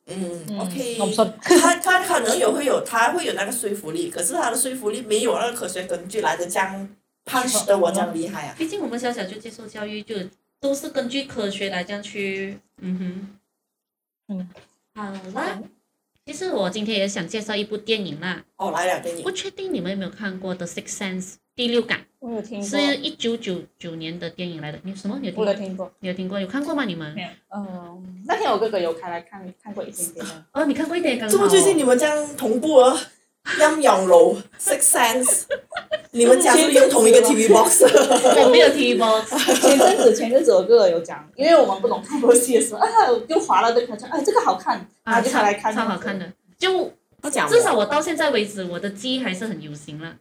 S3: 嗯
S2: 嗯
S3: OK，
S2: 我不说
S3: 他他可能有会有他会有那个说服力，可是他的说服力没有那个科学根据来的这样 punch 的我这样厉害啊。
S1: 毕竟我们小小就接受教育，就都是根据科学来这样去，嗯哼
S2: 嗯，
S1: 好啦。其实我今天也想介绍一部电影啦，
S3: 哦，来了，给你
S1: 不。确定你们有没有看过《The Sixth Sense》第六感，
S4: 我有听过，
S1: 是一九九九年的电影来的。你什么？你有听
S4: 我有
S1: 过？
S4: 听过。
S1: 你有听过？有看过吗？你们？
S2: 没有
S4: 嗯，那天我哥哥有开来看看过一点 点的，
S1: 哦，你看过一点也刚
S3: 怎
S1: 好
S3: 么
S1: 哦。
S3: 最近你们这样同步啊？阴阳楼 Six Sense，你 们家是不是用同一个 TV box？啊
S1: 我没有 TV box，
S4: 前阵子前阵子我哥哥有讲，因为我们不懂看游戏的时候，啊，就划了这个，哎，这个好看，然
S1: 啊，
S4: 后就开
S1: 超
S4: 来看，
S1: 超好看。的。就
S3: 他讲
S1: 至少我到现在为止，我的记忆还是很犹新了。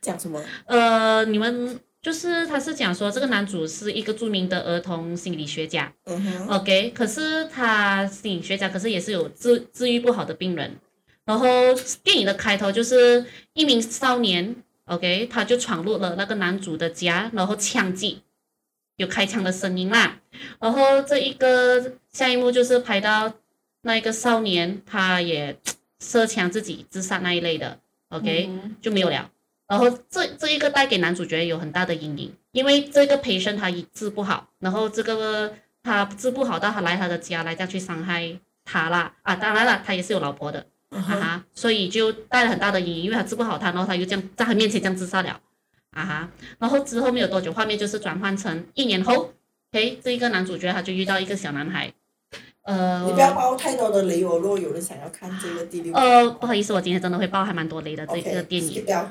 S3: 讲什么？
S1: 呃，你们就是他是讲说这个男主是一个著名的儿童心理学家，
S3: 嗯哼，
S1: OK，可是他心理学家，可是也是有治治愈不好的病人。然后电影的开头就是一名少年，OK，他就闯入了那个男主的家，然后枪击，有开枪的声音啦。然后这一个下一幕就是拍到那一个少年，他也射枪自己自杀那一类的，OK，、
S4: 嗯
S1: 就没有了。然后这这一个带给男主角有很大的阴影，因为这个陪审他治不好，然后这个他治不好到他来他的家来再去伤害他啦啊，当然了，他也是有老婆的
S3: 嗯
S1: 啊哈，所以就带了很大的阴影，因为他治不好他，然后他又这样在他面前这样自杀了啊哈，然后之后没有多久，画面就是转换成一年后，诶，这一个男主角他就遇到一个小男孩，呃，
S3: 你不要包太多的雷哦，如果有人想要看这个第六，
S1: 呃，不好意思，我今天真的会爆还蛮多雷的这
S3: OK，
S1: 个电影
S3: skip 掉。哦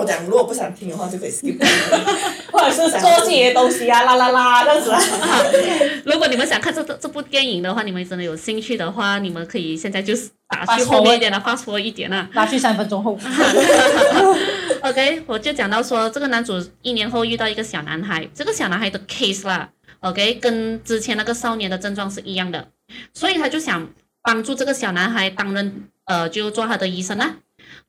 S3: 我讲，如果不想听的话就可以 skip 掉。
S4: 或者是做自己的东西啊，啦啦啦这样子啊。
S1: 啊。 如果你们想看这这这部电影的话，你们真的有兴趣的话，你们可以现在就是打去后面一点了，发错一点啊了。
S2: 拿去三分钟后，
S1: OK，我就讲到说，这个男主一年后遇到一个小男孩，这个小男孩的 case 啦，OK，跟之前那个少年的症状是一样的，所以他就想帮助这个小男孩担任呃，就做他的医生啦。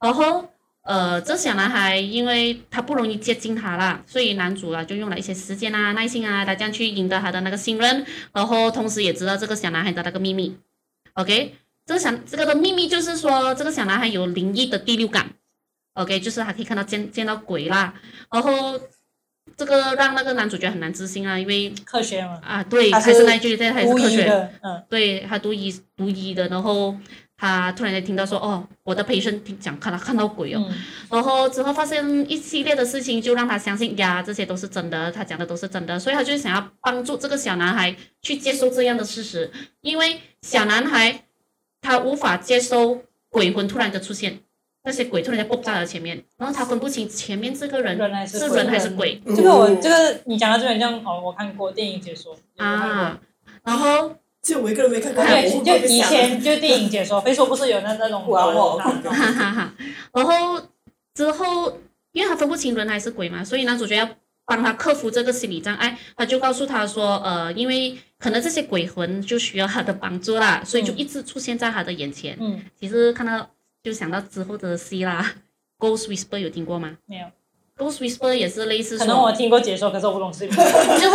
S1: 然后呃，这小男孩因为他不容易接近他啦，所以男主啊就用了一些时间啊、耐心啊，来这样去赢得他的那个信任，然后同时也知道这个小男孩的那个秘密。OK，这个小这个的秘密就是说，这个小男孩有灵异的第六感。OK，就是还可以看到见见到鬼啦，然后这个让那个男主角很难置信啊，因为
S2: 科学嘛，
S1: 啊，对，
S2: 他
S1: 还
S2: 是
S1: 是那一句，对，他也是
S2: 无
S1: 科
S2: 疑
S1: 学，
S2: 的，嗯，
S1: 对他读医读医的，然后他突然间听到说，哦，我的陪审听讲看他看到鬼哦，然后之后发现一系列的事情，就让他相信呀，这些都是真的，他讲的都是真的，所以他就想要帮助这个小男孩去接受这样的事实，因为小男孩他无法接受鬼魂突然的出现，那些鬼突然间蹦在他的前面，然后他分不清前面这个人
S2: 原来是
S1: 是
S2: 鬼
S1: 人还是鬼，
S3: 嗯
S2: 这个我这个你讲到这边，像哦，我看过电影解说
S1: 啊，然后
S3: 就我一个人没看过，我
S2: 对，
S3: 会不会
S2: 就
S3: 被
S2: 以
S3: 吓
S2: 前就电影解说，非说不是有那那种
S4: 哇哦
S1: 哈哈哈。 然后之后，因为他分不清人还是鬼嘛，所以男主角要帮他克服这个心理障碍，他就告诉他说，呃，因为可能这些鬼魂就需要他的帮助啦，所以就一直出现在他的眼前。
S2: 嗯，
S1: 其实看到就想到之后的戏啦，《Ghost Whisper》有听过吗？
S2: 没有。
S1: Ghost Whisper 也是类似
S2: 可能我
S1: 说，嗯
S2: 听过解说，可是我不懂是
S1: 这个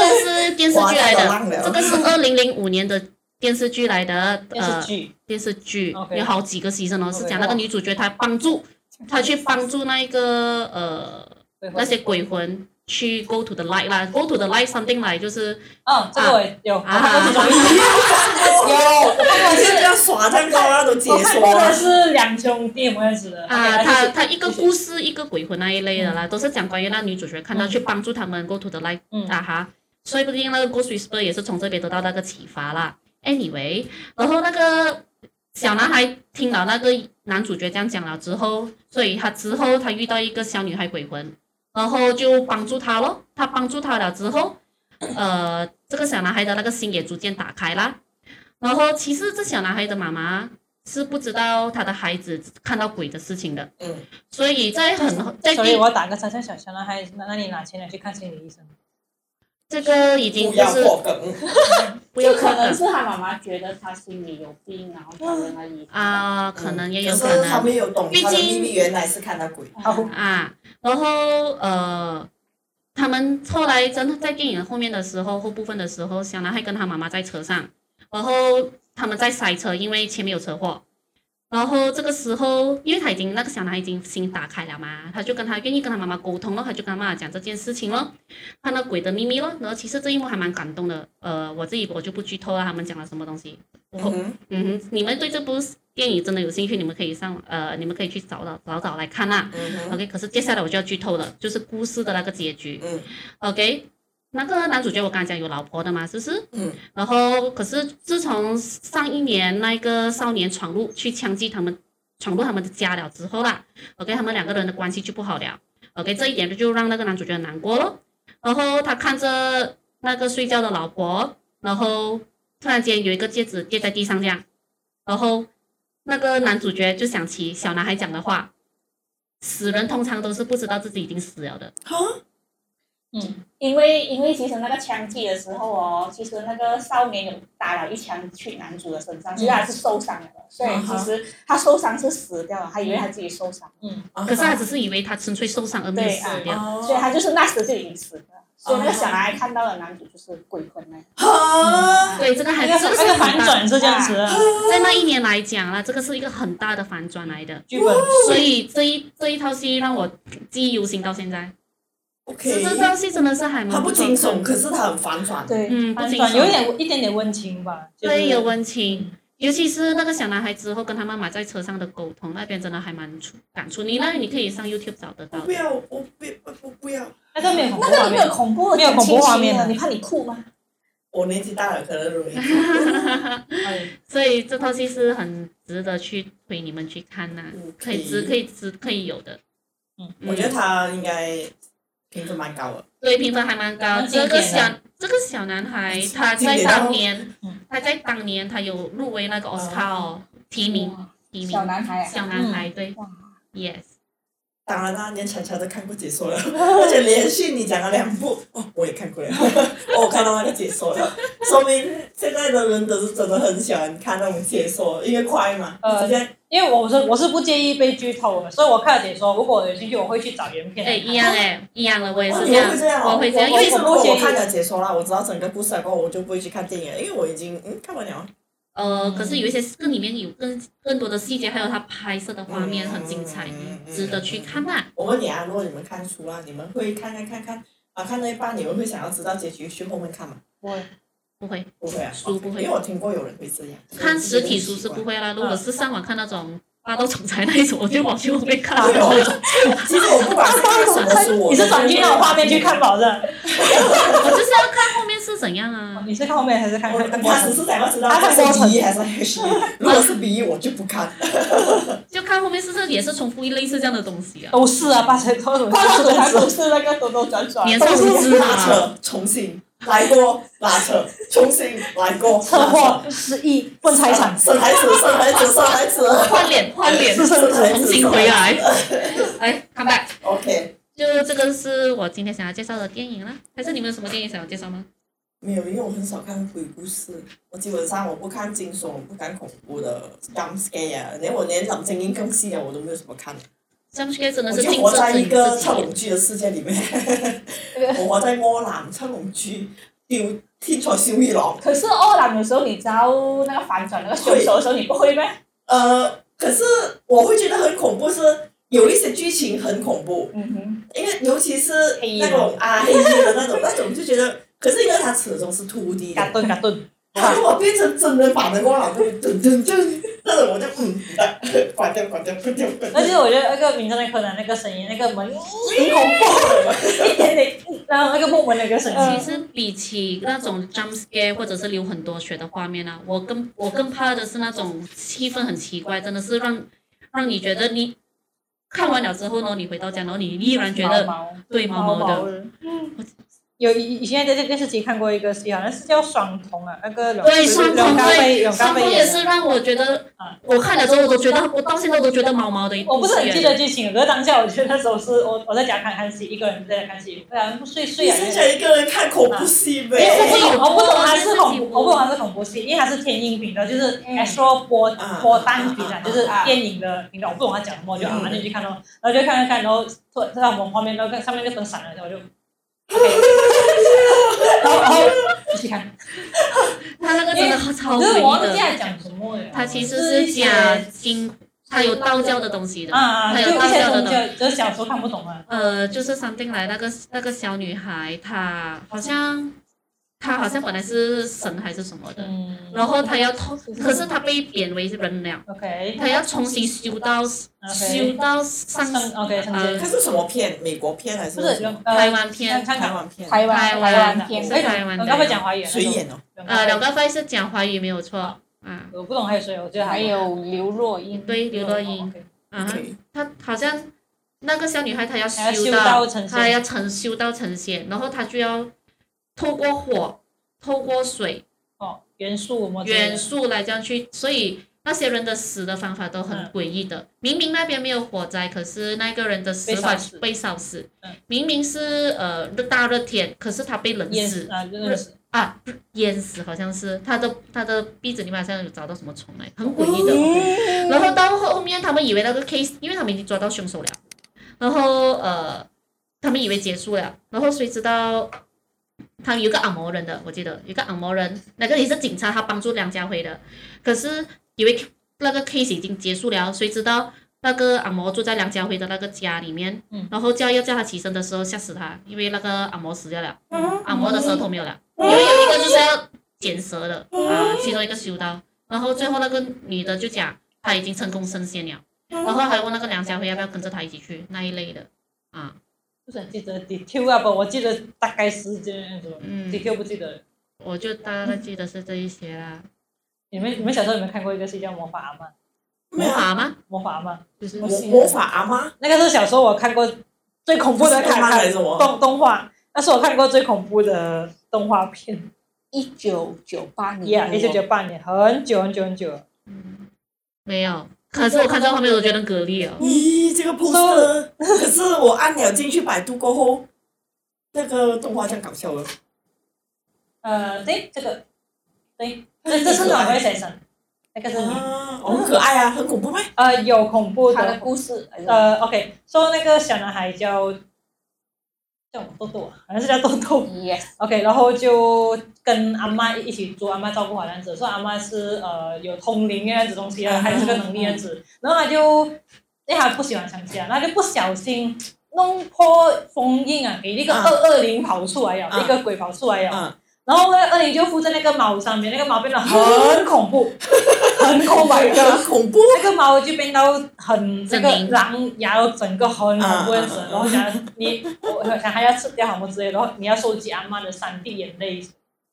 S1: 是电视剧来
S3: 哇
S1: 的，
S3: 太冷
S1: 这个是二零零五年的电视剧来的，
S2: 电视
S1: 呃，
S2: 剧，
S1: 电视剧
S2: OK
S1: 有好几个牺牲哦，是
S2: OK，
S1: 讲那个女主角她帮助她去帮助那一个呃那些鬼魂去 go to the light 啦，go to the light something 来就是
S2: 嗯，这个我也有，我
S1: 啊
S2: 看过这种， 有，
S3: 我现在要耍蛋糕那都解
S2: 我看过
S3: 说
S2: 的
S3: 了。
S2: 是两兄弟模样子的
S1: 啊，她她一个
S2: 继续
S1: 故事一个鬼魂那一类的啦，都是讲关于那女主角看到
S2: 嗯
S1: 去帮助他们 go to the light
S2: 嗯
S1: 啊哈，说不定那个 ghost whisper 也是从这边得到那个启发啦。Anyway，然后那个小男孩听了那个男主角这样讲了之后，所以他之后他遇到一个小女孩鬼魂，然后就帮助他咯。他帮助他了之后，呃，这个小男孩的那个心也逐渐打开啦。然后其实这小男孩的妈妈是不知道他的孩子看到鬼的事情的，
S3: 嗯，
S1: 所以在很在
S2: 所以
S1: 第
S2: 我要打个三像小小男孩，那那你拿钱来去看心理医生，
S1: 这个已经
S3: 不
S1: 就
S3: 要
S1: 是
S3: 破梗，
S1: 不要
S4: 就可能
S1: 了
S4: 是他妈妈觉得他心里有病，然后找人来医。
S1: 啊，可能也
S3: 可
S1: 有可
S3: 嗯是
S1: 能啊
S3: 他没有懂，
S1: 毕
S3: 他的
S1: 竟
S3: 秘密原来是看到鬼。
S1: 啊，然后呃，他们后来真的在电影后面的时候，后部分的时候，小男孩跟他妈妈在车上，然后他们在塞车，因为前面有车祸。然后这个时候，因为他已经那个小男孩已经心打开了嘛，他就跟他愿意跟他妈妈沟通了，他就跟他妈妈讲这件事情了，看到鬼的秘密了。然后其实这一幕还蛮感动的，呃，我自己我就不剧透了，啊他们讲了什么东西。
S3: 嗯哼，
S1: 嗯哼，你们对这部电影真的有兴趣，你们可以上呃，你们可以去找找找找来看啦。
S3: 嗯哼，
S1: OK，可是接下来我就要剧透了，就是故事的那个结局。
S3: 嗯
S1: OK，那个男主角我刚才讲有老婆的嘛，是不是？
S3: 嗯。
S1: 然后，可是自从上一年那个少年闯入去枪击他们，闯入他们的家了之后啦，OK，他们
S3: 嗯
S1: 两个人的关系就不好了。OK，这一点就让那个男主角很难过咯。然后他看着那个睡觉的老婆，然后突然间有一个戒指跌在地上这样，然后那个男主角就想起小男孩讲的话，死人通常都是不知道自己已经死了的。
S4: 因为因为其实那个枪击的时候哦，其实那个少年有打了一枪去男主的身上，其实他是受伤了的，所以其实他受伤是死掉了，他以为他自己受伤，
S3: 可
S1: 可是他只是以为他纯粹受伤而没有
S4: 对
S1: 死掉。
S3: 哦
S4: 所以他就是那时就已经死了。所以那个小男孩看到的男主就是鬼魂呢。
S3: 啊，
S1: 对，这个还
S2: 那
S1: 这个
S2: 个那
S1: 哎是
S2: 个
S1: 很
S2: 反
S1: 大，
S2: 转是这样子的，
S1: 嗯在那一年来讲啦，这个是一个很大的反转来的，
S2: 剧本
S1: 所以这一这一套戏让我记忆犹新到现在。
S3: ，OK，
S1: 这这套戏真的是还蛮
S3: 它不惊
S1: 错
S3: 悚，
S1: 看的
S3: 可是它很反转。
S4: 对，
S1: 嗯，不
S2: 反
S1: 惊
S2: 转有一
S1: 悚，
S2: 点一点点温情吧，就是
S1: 对，有温情。尤其是那个小男孩之后跟他妈妈在车上的沟通，那边真的还蛮触感触。你那里你可以上 YouTube 找得到
S3: 我
S1: 的
S3: 不。要，我不，我不不要。
S2: 那个没有恐怖画面
S4: 那个没有，恐怖，
S2: 没有恐怖画面
S4: 的，
S2: 啊
S4: 你怕你哭吗？
S3: 我年纪大了，可能容易。
S2: 哎
S1: 所以这套戏是很值得去推你们去看呐、
S3: 嗯
S1: 可以值可以值可以有的。
S2: 嗯
S3: 我觉得他应该评分蛮高的。
S1: 对评分还蛮高。
S2: 蛮经
S1: 这
S2: 典
S1: 个
S2: 的
S1: 小这个小男孩
S3: 经
S1: 他在
S3: 经典到
S1: 当年
S2: 嗯
S1: 他在当年他有入围那个奥斯卡哦提名提名
S4: 小男孩啊，
S1: 小男孩对
S4: 哇
S1: ，yes
S3: 当然啦，连强强都看过解说 了，而且连续你讲了两部，哦，我也看过了， 哦我看到那个解 说了，说明现在的人都是真的很喜欢看那种解说，因为快嘛，
S2: 呃
S3: 直接
S2: 因为我是我是不介意被剧透的，所以我看了解说，如果我有兴趣，我会去找原片
S1: 哎
S2: 来
S1: 一
S2: 看。
S1: 样哎一样了，我也
S3: 哦
S1: 是
S3: 你
S1: 这
S3: 也
S1: 样
S3: 会这样哦，
S1: 我会这样
S3: 我
S1: 因为
S3: 我
S2: 我
S3: 如果我
S2: 建议
S3: 看了解说啦，我知道整个故事了过后，我就不会去看电影了，因为我已经嗯看完了，
S1: 呃，
S2: 嗯
S1: 可是有一些更里面有更更多的细节，还有他拍摄的画面很精彩
S3: 嗯，
S1: 值得去看呐。
S3: 我问你啊，如果你们看书啊，你们会看看看看啊，看到一半你们会想要知道结局去后面看吗？
S1: 不会
S3: 不会啊，
S1: 书不会
S3: 因为我听过有人会这样，
S1: 看实体书是不会啦，如果是上网看那种霸道总裁那一种，我就往去后面看
S3: 对
S1: 了。
S3: 哦。其实我不管是看什么书，
S2: 你是转去
S3: 去
S2: 那种画面去看保证？
S1: 我就是要看后面是怎样啊。
S2: 你是看后面还是看
S3: 我
S2: 看看过
S3: 我只
S2: 程？
S3: 是想要知道它是 B 还是 H，如果是 B 我就不看。
S1: 就看后面是不是也是重复一类似这样的东西啊？
S2: 都是啊，八成都是
S4: 快乐总裁不是那个兜兜转转，
S1: 年
S3: 都
S1: 少无
S3: 是
S1: 知
S3: 拉
S1: 嘛，
S3: 扯，重新来过，拉扯，重新来过，
S2: 车祸、失忆、分财产，
S3: 生孩子，生孩子，生孩子
S1: 换脸换脸，
S3: 是是是
S1: 重新回来。哎，come back。
S3: ，OK，
S1: 就这个是我今天想要介绍的电影啦，还是你们有什么电影想要介绍吗？
S3: 没有，因为我很少看鬼故事，我基本上我不看惊悚，我不看恐怖的 jump scare，啊连我连冷静音更细的我都没有什么看。
S1: 像这些真的
S3: 我
S1: 是
S3: 就
S1: 竞
S3: 活
S1: 争
S3: 在
S1: 者你
S3: 一个
S1: 自
S3: 唱
S1: 己。
S3: 龙珠嘅世界裏 面，我活在柯南唱龍珠叫天才小二郎。
S4: 可是奥朗有时候你招那个反转那个凶手的时候，你不会咩？
S3: 呃，可是我会觉得很恐怖是，有一些剧情很恐怖，
S4: 嗯哼，
S3: 因为尤其是那种啊黑衣的那种那种就觉得，可是因为它始终是 two D
S2: 嘎
S3: 的，
S2: 顿嘎 顿，
S3: 它如果变成真人版的柯南，就噔噔噔，那种我就嗯， 啊关掉关掉关掉关掉
S2: 而。且我觉得那个名侦探柯南那个声音，那个门很恐怖，一点点，然后那个木门那个声
S1: 其
S2: 音，
S1: 实比起那种 jump scare 或者是流很多血的画面啊，我更我更怕的是那种气氛很奇怪，真的是让让你觉得你看完了之后呢，你回到家，然后你依然觉得
S4: 毛
S1: 对毛
S4: 毛
S1: 毛的。
S4: 的，
S2: 有以以前在这电视机看过一个戏，好像是叫《双瞳》啊，那个永
S1: 对双瞳
S2: 永咖啡
S1: 对，
S2: 永
S1: 双
S2: 咖
S1: 瞳
S2: 啡
S1: 也
S2: 演
S1: 是
S2: 的。
S1: 让我觉得
S2: 啊，
S1: 我看了之后我都觉得，我到现在都觉得毛毛的一部
S2: 我不是很
S1: 戏
S2: 记得剧情，可是当下我觉得那时候是我我在家看看戏，一个人在家看戏，不然睡睡
S3: 你
S2: 啊。
S3: 剩下一个人看恐怖戏
S2: 因为我
S3: 呗
S2: 不？懂，我不懂它是
S1: 电视
S2: 恐
S1: 剧
S2: 怖，我不懂它是恐怖戏，因为它是天音频道，就是
S1: 嗯
S2: 来说播
S3: 啊
S2: 播单频啊，就是
S4: 啊
S2: 电影的频道，我不懂它讲什么，我就啊
S3: 嗯
S2: 就去看咯，然后就看看看，然后突然看到我们画面，然后上面那个灯闪了，然后我就，然后然后继续看，
S1: 他那个真的超
S2: 可
S1: 诡
S2: 是我
S1: 异
S2: 忘记
S1: 的，
S2: 在讲什么了。
S1: 他其实
S2: 就是一
S1: 是
S2: 些
S1: 讲经，他有道教的东西的。
S2: 啊啊，
S1: 还
S2: 就
S1: 有
S2: 一
S1: 道
S2: 些
S1: 教的
S2: 东
S1: 东
S2: 西，就是小时候看不懂啊。
S1: 呃，就是商定来那个那个小女孩，她好像她好像本来是神还是什么的，
S2: 嗯，
S1: 然后她要偷，可是她被贬为人了，
S2: OK，
S1: 她要重新修到修到上
S2: 上 OK 上
S1: 呃
S2: 街
S3: 它是什么片？美国片还是
S2: 不是
S3: 什么
S1: 台
S2: 呃
S1: 湾片，
S2: 香
S3: 台
S2: 港
S3: 湾片？
S4: 台湾
S1: 台湾
S4: 湾片
S1: 是
S2: 哎
S1: 台湾
S2: 我
S1: 的
S2: 刚才讲华语啊，
S3: 谁演哦？
S1: 呃，两个 f 是讲华语没有错，啊，
S2: 我不懂还有谁，我觉得还
S4: 有刘若英
S1: 对，刘若英，
S2: OK
S1: 啊哈，
S3: OK
S1: 她好像那个小女孩她要
S2: 还要
S1: 修
S2: 修
S1: 到
S2: 道成
S1: 他
S2: 仙，
S1: 要成修到成仙，然后他就要透过火、透过水
S2: 哦，元素么之类的
S1: 元素来这样去，所以那些人的死的方法都很
S2: 嗯
S1: 诡异的。明明那边没有火灾，可是那个人的死
S2: 被烧
S1: 法
S2: 死
S1: 被烧死
S2: 嗯。
S1: 明明是呃热大热天，可是他被冷
S2: 淹
S1: 死
S2: 啊，真的是
S1: 啊，不淹死好像是他的他的鼻子里面好像有找到什么虫来，
S2: 哦
S1: 很诡异的。然后到后面，他们以为那个 case，因为他们已经抓到凶手了，然后呃，他们以为结束了，然后谁知道他有一个按摩人的，我记得有一个按摩人，那个也是警察，他帮助梁家辉的。可是因为 那个 case 已经结束了，谁知道那个按摩住在梁家辉的那个家里面，
S2: 嗯
S1: 然后叫要叫他起身的时候吓死他，因为那个按摩死掉了，
S3: 啊
S1: 按摩的舌头没有了，因为有一个就是要剪舌的啊，其中一个修刀，然后最后那个女的就讲她已经成功升仙了，然后还问那个梁家辉要不要跟着他一起去那一类的啊，
S2: 不是很记得 detail 啊，不，我记得大概时间什么
S1: 嗯，
S2: detail 不记得了。
S1: 我就大概记得是这一些啦。
S2: 你们你们小时候有没有看过一个戏叫《魔法阿妈》？
S1: 魔法吗？
S2: 魔法阿妈，
S1: 就是
S3: 魔魔法啊阿妈，
S2: 那个是小时候我看过最恐怖
S3: 不
S2: 的
S3: 是
S2: 卡
S3: 阿妈
S2: 卡
S3: 还是什么？
S2: 动动画，那是我看过最恐怖的动画片。
S4: 一九九八年
S2: Yeah，
S4: 的我，
S2: 一九九八年，很久很久很久了。
S1: 嗯，没有。可是我看到后面，我觉得蛤蜊哦。
S3: 咦，这个 poster，可是我按了进去百度过后，那个动画这样搞笑了。
S2: 呃，对，这个，对，这这是哪位先生？那个是你。
S3: 啊，哦很可爱啊，很恐怖咩？
S2: 呃，有恐怖
S4: 他的
S2: 的。
S4: 故事，哎呦
S2: 呃，OK，说、那个小男孩叫叫豆豆啊，好像是叫豆豆。
S4: ，yes，
S2: OK，然后就跟阿妈一起住，阿妈照顾好这样子，说阿妈是呃有通灵那样子东西啊，还有这个能力这样子，然后他就因为他不喜欢乡下，他就不小心弄破封印啊，给那个
S3: 啊
S2: 二二零跑出来了，
S3: 啊
S2: 一个鬼跑出来了，
S3: 啊，
S2: 然后那个二零就附在那个猫上面，那个猫变得很恐怖， 很恐怖的。
S3: 很恐怖。
S2: 那个猫就变到很这
S1: 狰狞
S2: 个狼牙整个很恐怖样子
S3: 啊啊啊，
S2: 然后想你我想还要吃掉什么之类，然后你要收集阿妈的三滴眼泪。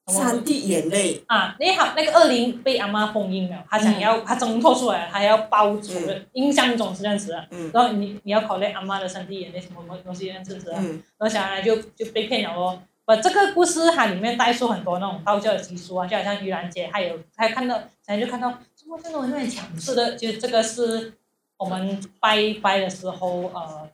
S3: 三滴眼泪，
S2: 啊，因为他那个恶灵被阿妈封印了，他想
S3: 嗯
S2: 要、他挣脱出来了，他要报仇的，印象中是这样子的。
S3: 嗯
S2: 然后你你要考虑阿妈的三滴眼泪什么什么东西这样子的，
S3: 嗯
S2: 然后小孩就就被骗了哦。把这个故事它里面带出很多那种道教的习俗啊，就好像盂兰节，还有还看到，然后就看到，哇，这种有点强势的，就这个是我们拜拜的时候呃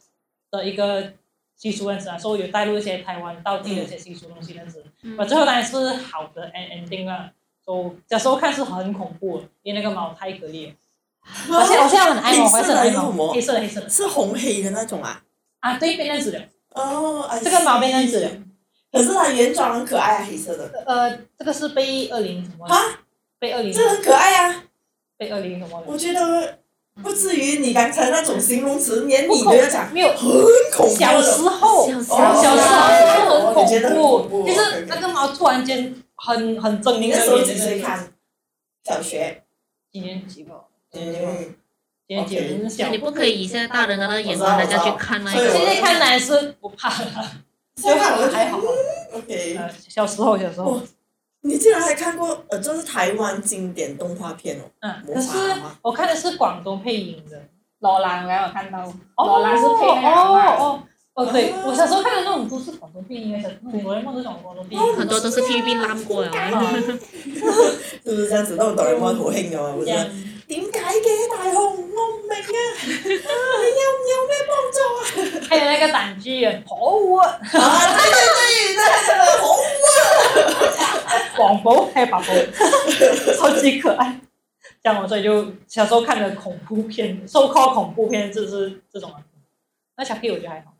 S2: 的一个习俗样子啊，所以有带入一些台湾道地的一些习俗东西这样子。我最后当然是好的 end ending 了，就小时候看是很恐怖，因为那个猫太可怜。我现在我现在很爱猫，我还是很爱猫，嗯黑色的黑色的
S3: 是红黑的那种啊。
S2: 啊，对，变那样子的。
S3: 哦，哎
S2: 这个毛变那样子的。
S3: 可是它原装很可爱啊，黑色的，
S2: 呃，这个是被二零什么
S3: 啊？
S2: 被二零
S3: 这很可爱啊。
S2: 被二零什么
S3: 我
S2: 的？
S3: 觉得不至于你刚才那种形容词，连
S2: 不
S3: 你
S2: 恐
S3: 都要讲
S2: 没有，
S3: 很恐怖
S2: 小时
S3: 的。
S2: 候
S1: 小时
S3: 候
S2: 小时候
S3: 哦你
S2: 真的很恐
S3: 觉得很恐
S2: 怖，
S3: 怖
S2: 就是那个猫突然间很很狰
S3: 你
S2: 狞
S3: 那时
S2: 的
S3: 候
S2: 脸
S3: 几岁
S2: 那个
S3: 看？小学。
S2: 几年级吧？几年级吧？
S3: 嗯，
S2: 几年级？
S3: OK
S2: 很小
S1: 你。不可以以现在大人的那个眼光来再去看那一
S3: 对
S2: 现
S1: 个。
S2: 在看来是不怕了，
S3: 所以我就
S2: 还好。
S3: 嗯 OK。
S2: 呃，小时候小时候
S3: 哇，你竟然还看过呃，这是台湾经典动画片哦，
S2: 嗯，
S3: 魔
S2: 可
S3: 法
S2: 是
S3: 吗？
S2: 我看的是广东配音的，
S4: 罗兰，我有看到，
S2: 哦
S4: 罗兰是配那个阿嬷
S2: 哦哦哦，对
S3: 啊，
S2: 我小时候看的那种都是广东配音的，小那种哆啦 A 梦都是广东配音
S3: 哦
S2: 嗯的。
S1: 很多都是 TVB 拉过了，
S3: 是不是这样子？那种哆啦 A 梦好兴啊噶嘛，本身。點解嘅大雄？我唔明啊！你
S2: 还有那个短剧《好啊
S3: 有唔有咩幫助啊？啊，對對對，那那好
S2: 广播还有宝宝，超级可爱。这样我所以就小时候看的恐怖片，受靠恐怖片就是这种啊。那小 K 我觉得还好，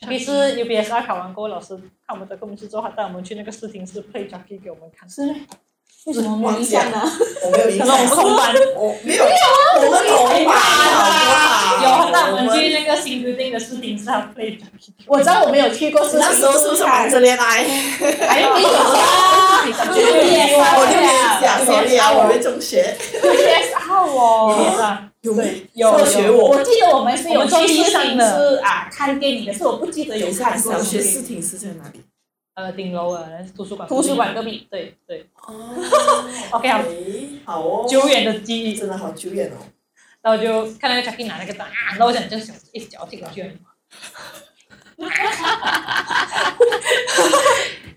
S2: 小 K 是 UBSR 考完过后，老师看我们的科目之后，还带我们去那个试听室配小 K 给我们看。是吗？
S4: 为什么没有印象呢？
S3: 我没有印
S2: 可
S3: 象，
S2: 能我们同班。
S3: 我没有，我们同班好不好？
S2: 有带我们去那个新 building 的试听室他配小 K。
S5: 我知道我没有去过，是
S3: 那时候是不是忙着恋爱？
S2: 还有一种
S3: 我六年级啊，所以啊，我们中学
S4: PS 二哦。
S3: 有没
S2: 有
S3: 有学我？
S4: 我记得我们是有去试
S2: 我
S4: 听
S2: 们
S4: 室啊看电影的，是我不记得有看过。
S3: 小学试听是在哪里？
S2: 呃，顶楼啊，图书馆。
S4: 图书馆。隔壁，
S2: 对对
S3: 哦
S2: ，OK 好，
S3: 好哦，
S2: 久远的记忆。
S3: 真的好久远哦。
S2: 然后就看那个 Jackie 拿那个蛋，啊然后我想就想一脚踢过去。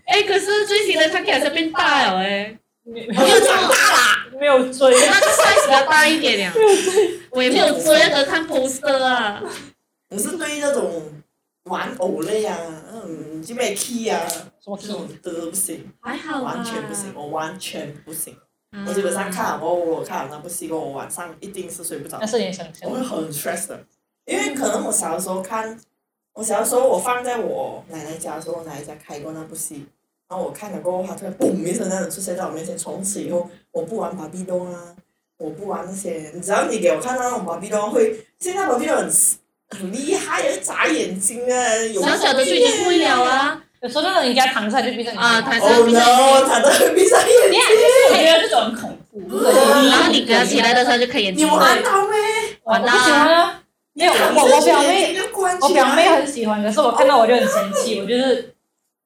S1: 哎，可是最新的 Chucky 好像变大了哎，
S2: 没
S3: 我又长大啦。
S2: 没有追，
S1: 那个 size 比较大一点了。我也没有追，可看 poster 啊。
S3: 我是对那种玩偶类啊，嗯，就咩 key 啊，
S2: 什么
S3: 这种都不行，
S1: 还好吧。嗯
S3: 完全不行，。我完全不行。我基本上看了过后，我看了那部戏过后，我晚上一定是睡不着
S2: 那，是你想想
S3: 我会很 stress 的，因为可能我小的时候看，我小的时候我放在我奶奶家的时候，我奶奶家开过那部戏，然后我看了过后，他突然嘣一声那种出现在我面前。从此以后，我不玩芭比动啊，我不玩那些。只要你给我看到那种芭比动，会现在芭比动很很厉害，眨眼睛啊，有
S1: 小小的就已经会了啊
S2: 有时候那种人家躺下就变成你
S1: 啊，
S2: 躺
S1: 他
S2: 下
S1: 是要
S3: Oh
S1: 闭上眼
S3: no！他都会闭上眼睛，
S4: 我觉得这种很恐怖，
S1: 然后你给他起来的时候就可以眼
S3: 你
S1: 睛
S3: 玩到没？
S2: 我不喜欢啊。没有，我我表妹
S3: 就关
S2: 我
S3: 起
S2: 表妹
S3: 来。
S2: 很喜欢，可是我看到我就很生气，我就是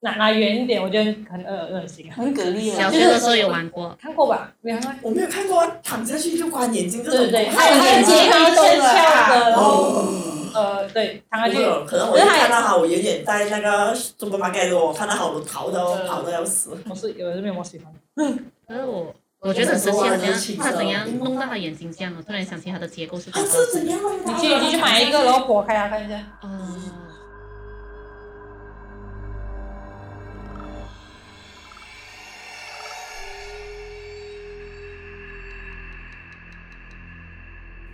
S2: 拿拿远一点，我觉得很恶恶心啊。
S4: 很给力
S1: 小
S4: 啊。
S1: 学的时候有玩过，
S2: 看过吧？没看过。
S3: 我没有看过躺下去就关眼睛这种
S2: 对
S3: 恐
S2: 对
S3: 怖，
S2: 还有还有结合生肖的，然后呃，对，躺下去。
S3: 哦，可能我一看到他，我远远在那个中国 market，我看到他，我都逃的哦，跑的要死。
S2: 我是有的没有我喜欢的。
S1: 可是我我觉得很生气，
S3: 我
S1: 他
S3: 玩
S1: 怎
S3: 的气
S1: 样他
S3: 死
S1: 怎
S3: 了
S1: 样弄到他眼睛这样的？突然想起他的结构是
S3: 啊，
S1: 怎样
S3: 这怎样啊？
S2: 你去你去买一个，然后剖开它看一下。
S1: 哦，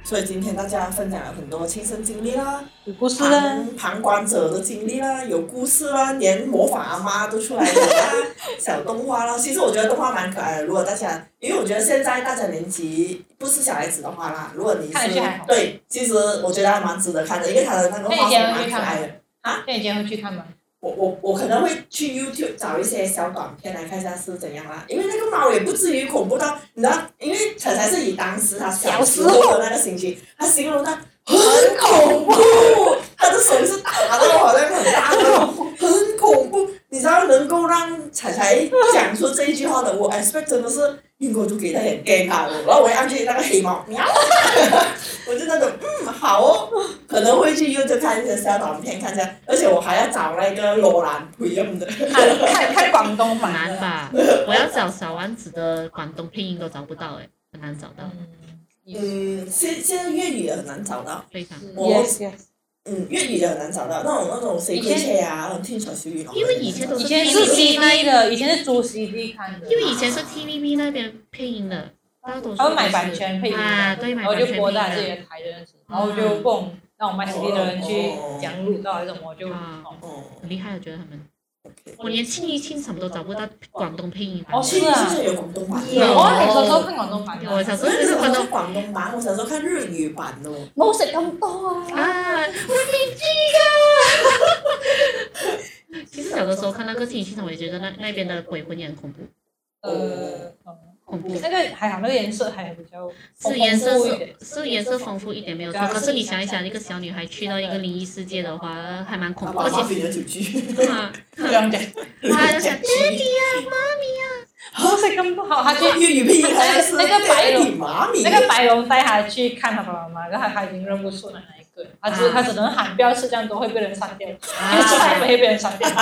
S3: 所以今天大家分享了很多亲身经历啦，
S2: 有故事啊，
S3: 旁旁观者的经历啦，有故事啦，连模仿阿妈都出来 了啦，小动画啦。其实我觉得动画蛮可爱的。如果大家，因为我觉得现在大家年纪不是小孩子的话啦，如果你
S2: 看
S3: 是
S2: 得下还好
S3: 对，其实我觉得还蛮值得看的，因为它的那个
S2: 那
S3: 画
S2: 你今
S3: 风
S2: 天会
S3: 蛮
S2: 去
S3: 可
S2: 看吗
S3: 爱的。
S2: 那你今天会去看吗？
S3: 我我我可能会去 YouTube 找一些小短片来看一下是怎样啦，因为那个猫也不至于恐怖到，你知道，因为彩彩是以当时他小时候的那个心情，他形容他很恐怖，他的手是打到好像很大的那种，很恐怖。你知道能够让彩彩讲出这一句话的，我 expect 真的是英国就给他很尴尬了，然后我要去那个黑猫喵，我就那种嗯好哦。可能会去 YouTube 看一些小短片，看一下，而且我还要找那个罗兰培用的，
S2: 看看看广东
S1: 很
S2: 版。
S1: 难吧？我要找小丸子的广东配音都找不到哎，很难找到，
S2: 嗯，
S3: 嗯，现现在粤语也很难找到，
S1: 非常。
S3: 我
S2: yes yes。
S3: 嗯，粤语也很难找到，那种那种谁
S2: 以
S3: 亏
S2: 前
S3: 切啊，天才小语啊，
S1: 因为以前都
S2: 以前是 CD 的，以前是租 CD 看的
S1: 因，为以前是 TVB 那边配音的，大多数
S2: 他会
S1: 都
S2: 啊买
S1: 是
S2: 版权配音的
S1: 啊，对，买
S2: 然后
S1: 版权
S2: 就
S1: 配
S2: 播
S1: 音
S2: 到自己
S1: 的。
S2: 的台的认识，然后就供让我卖 CD 的人去
S3: 哦
S2: 讲录到还是什么，就
S1: 啊
S2: 哦
S3: 哦
S1: 很厉害，我觉得他们，
S3: ，OK，
S1: 我连庆一庆什么都找不到广东配音版的。
S2: 哦是啊
S3: 现在有广东版的，
S1: 有
S2: 我小时候看广东版
S1: 我
S2: 的，
S1: 小时
S3: 我
S1: 候
S3: 那
S1: 就是
S3: 时候
S1: 广
S3: 是
S2: 哦
S1: 东
S3: 广东版，我小时候看日语版的哦，
S4: 冇食咁多啊！
S1: 啊，我你记得。 其实小的时候看那个庆一庆，我也觉得那那边的鬼魂也很恐怖，
S2: 呃，嗯
S1: 恐怖。
S2: 那个还好，那个颜色还比较
S1: 是颜色
S2: 哦丰富一点
S1: 是是颜色丰富一点没有
S2: 啊
S1: 错，可是你想一想，一个小女孩去到一个灵异世界的话，还蛮恐怖，而
S3: 而
S1: 且
S3: 且有九句，
S1: 啊，
S2: 这样 讲，
S1: 她就想
S2: 冇食咁多，好，他 去
S3: 粤语配音还是
S2: 那个白龙
S3: 你妈咪，
S2: 那个白龙带他去看他爸爸妈妈，然后他已经认不出来哪一个，他只、他只能喊不要吃这样多会被人删掉，
S1: 啊
S2: 因为吃 太肥会被人删掉，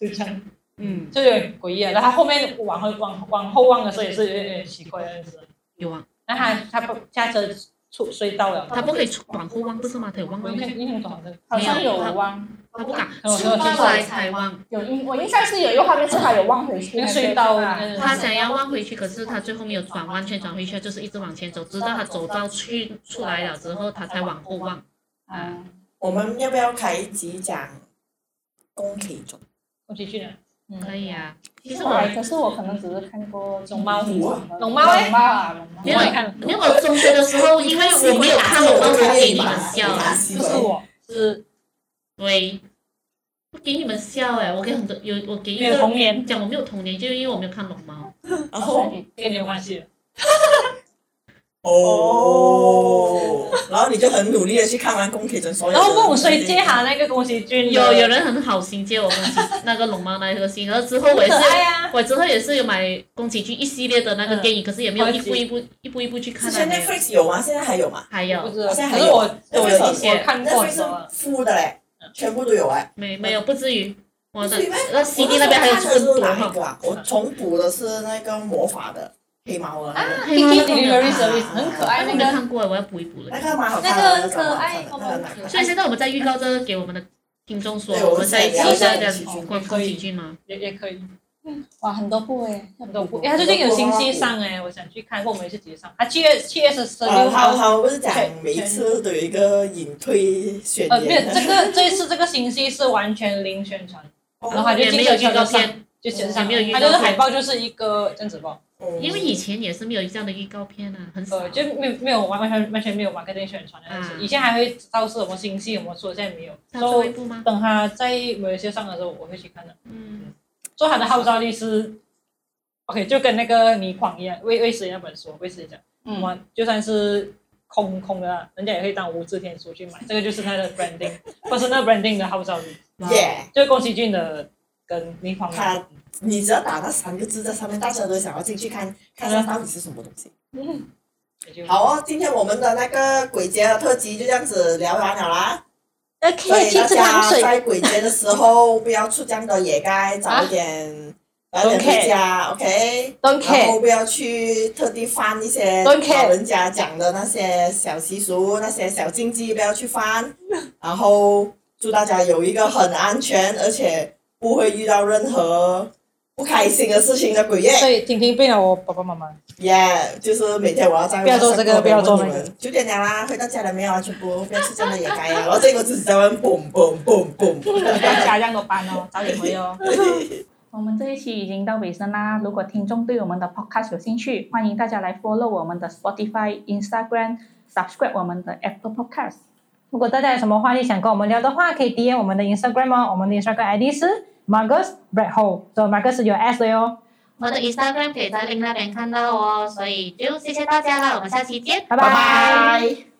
S2: 就这样，
S1: 嗯，
S2: 就有点诡异啊。然后他后面往后往往后望的时候也是有点有点奇怪的样子。
S1: 有啊，
S2: 然后他他不下车出隧道了，
S1: 她不可以往后望不是吗？她有望
S2: 我
S1: 到
S2: 印
S1: 那
S2: 象
S1: 个，
S2: 印象中好像
S4: 好像有望，
S1: 她不敢，
S2: 我
S1: 出
S2: 说
S1: 不来才望，
S4: 有印我印象是有一个画面是他有望回去
S2: 那个隧道，
S4: 啊，
S1: 她想要望回去，可是她最后没有转弯圈转回去，就是一直往前走，直到她走到去出来了之后，她才往后望。
S4: 嗯
S3: 我们要不要开一集讲宫崎骏？
S2: 我去去了，
S1: 可以啊，其实我
S4: 哇可是我可能只是看过龙
S2: 猫
S4: 龙
S2: 猫欸
S4: 龙猫啊，龙猫
S1: 没有
S2: 我也看了，
S1: 因为我中学的时候，因为我没有看，我刚才给你们笑啊了。
S2: 不是我是
S1: 对，我给你们笑哎、我给很多有我给一
S2: 没有
S1: 个
S2: 童年，
S1: 讲我没有童年，就是因为我没有看龙猫。
S3: 然后。
S2: 跟你有关系了。
S3: 哦，然后你就很努力的去看完宫崎骏所有的
S2: 然
S3: 东
S2: 后哦
S3: 西。
S2: 问我谁接下那个宫崎骏的，
S1: 有有人很好心借我宫崎那个龙猫那一颗星，然后之后
S2: 很
S1: 我也
S2: 可
S1: 是，
S2: 爱啊，
S1: 我之后也是有买宫崎骏一系列的那个电影，可是也没有
S2: 好
S1: 一
S2: 几
S1: 步一步一步一步去看
S3: 嗯之
S1: 那
S3: 前
S1: 个。
S3: Netflix 有吗？现在还有吗
S1: 还
S2: 不
S1: 有
S2: 是，
S3: 好像还
S2: 可
S3: 有
S2: 是我我
S3: 那
S2: 有
S3: 个
S2: 一
S1: 是
S2: 些看过
S3: ？Netflix
S2: 很
S3: 是
S2: 多啊，
S3: full 的嘞，全部都有哎。
S1: 没没有不至于，我的
S3: 不至于咩
S1: 那 CD 那边还有
S3: 我那时候
S1: 更
S3: 看的是哪
S1: 多。
S3: 一个啊？我重补的是那个魔法的黑猫啊，
S1: 黑猫
S2: Kiki
S1: 那个
S2: Delivery Service 很可爱，
S1: 我没
S2: 那个
S1: 看过，我要补一补了
S3: 那。个蛮好哎看
S2: 那
S3: 的，
S2: 个可爱，
S3: 那个蛮好看的那个蛮好看的
S1: 所以现在我们在预告这个给我们的听众说
S3: 对，我们
S1: 我们在期
S3: 是聊
S1: 待
S3: 这
S1: 的
S3: 个
S2: 剧情
S1: 关于宫崎骏吗？
S2: 也也可以。
S4: 哇，很多部哎，
S2: 很多部，哎，他最近有新戏上哎，我想去看，过我们一次直接上。啊他七月七月十十
S3: 啊，
S2: 六
S3: 他
S2: 号，
S3: 他不是讲每一次都有一个隐退宣
S2: 呃，没有
S3: 言，
S2: 这个这一次这个新戏是完全零宣传，
S3: 哦
S2: 然后他就
S1: 也
S2: 进
S1: 没有
S2: 去了
S1: 预告
S2: 就上
S1: 片，
S2: 就选上，
S1: 也没有预
S2: 他就是
S1: 告片
S2: 海报就是一个这样子吧，
S3: 哦
S1: 因为以前也是没有这样的预告片啊，很少
S2: 呃，。就没有没有完完全完全没有玩过这些宣传的东西
S1: 啊
S2: 以前还会知道是什么新戏什么出，现在没有。
S1: 他最后
S2: 所
S1: 一
S2: 以
S1: 部吗？
S2: 等他在某一些上的时候，我会去看的。
S1: 嗯，
S2: 所以他的号召力是，OK，就跟那个倪匡一样，魏魏时那本书，魏时讲，
S4: 嗯
S2: 我就算是空空的啊，人家也会当无字天书去买，这个就是他的 branding，或 是那 branding 的号召力，
S3: 耶，
S2: 就是宫崎骏的跟倪匡
S3: 他
S2: 的，
S3: 你只要打那三个字在上面，大家都想要进去看，看看到底是什么东西。
S2: 也就
S3: 好哦，今天我们的那个鬼节的特辑就这样子聊完了啦。所
S7: ，OK，
S3: 以
S7: 去
S3: 大
S7: 吃糖
S3: 家
S7: 水。
S3: 在鬼节的时候不要出这样的野街，早 一点早一点回家，OK。
S7: Don't
S3: 然
S7: care，
S3: 后不要去特地翻一些
S7: Don't care
S3: 老人家讲的那些小习俗、那些小禁忌，不要去翻。然后祝大家有一个很安全，而且不会遇到任何不开心的事情的鬼月。
S2: 所以婷婷变了我爸爸妈妈，
S3: 耶就是每天我要在
S2: 不要做这个不要做那个
S3: 九点了啦，回到家了没有啊？全部不要吃这样的野该啊！然后这个自己在外面蹦蹦蹦蹦。
S4: 家这样多班哦，早点回哦。
S8: 我们这一期已经到尾声啦。如果听众对我们的 podcast 有兴趣，欢迎大家来 follow 我们的 Spotify、Instagram、subscribe 我们的 Apple Podcast。
S2: 如果大家有什么话题想跟我们聊的话，可以 DM 我们的 Instagram 哦，我们的 Instagram ID 是 Margus Brad Hole，所以 Margus 有 S 的哦哟，
S1: 我的 Instagram 可以在另那边看到哦，所以就谢谢大家啦，我们下期见，
S2: 拜拜
S3: 拜。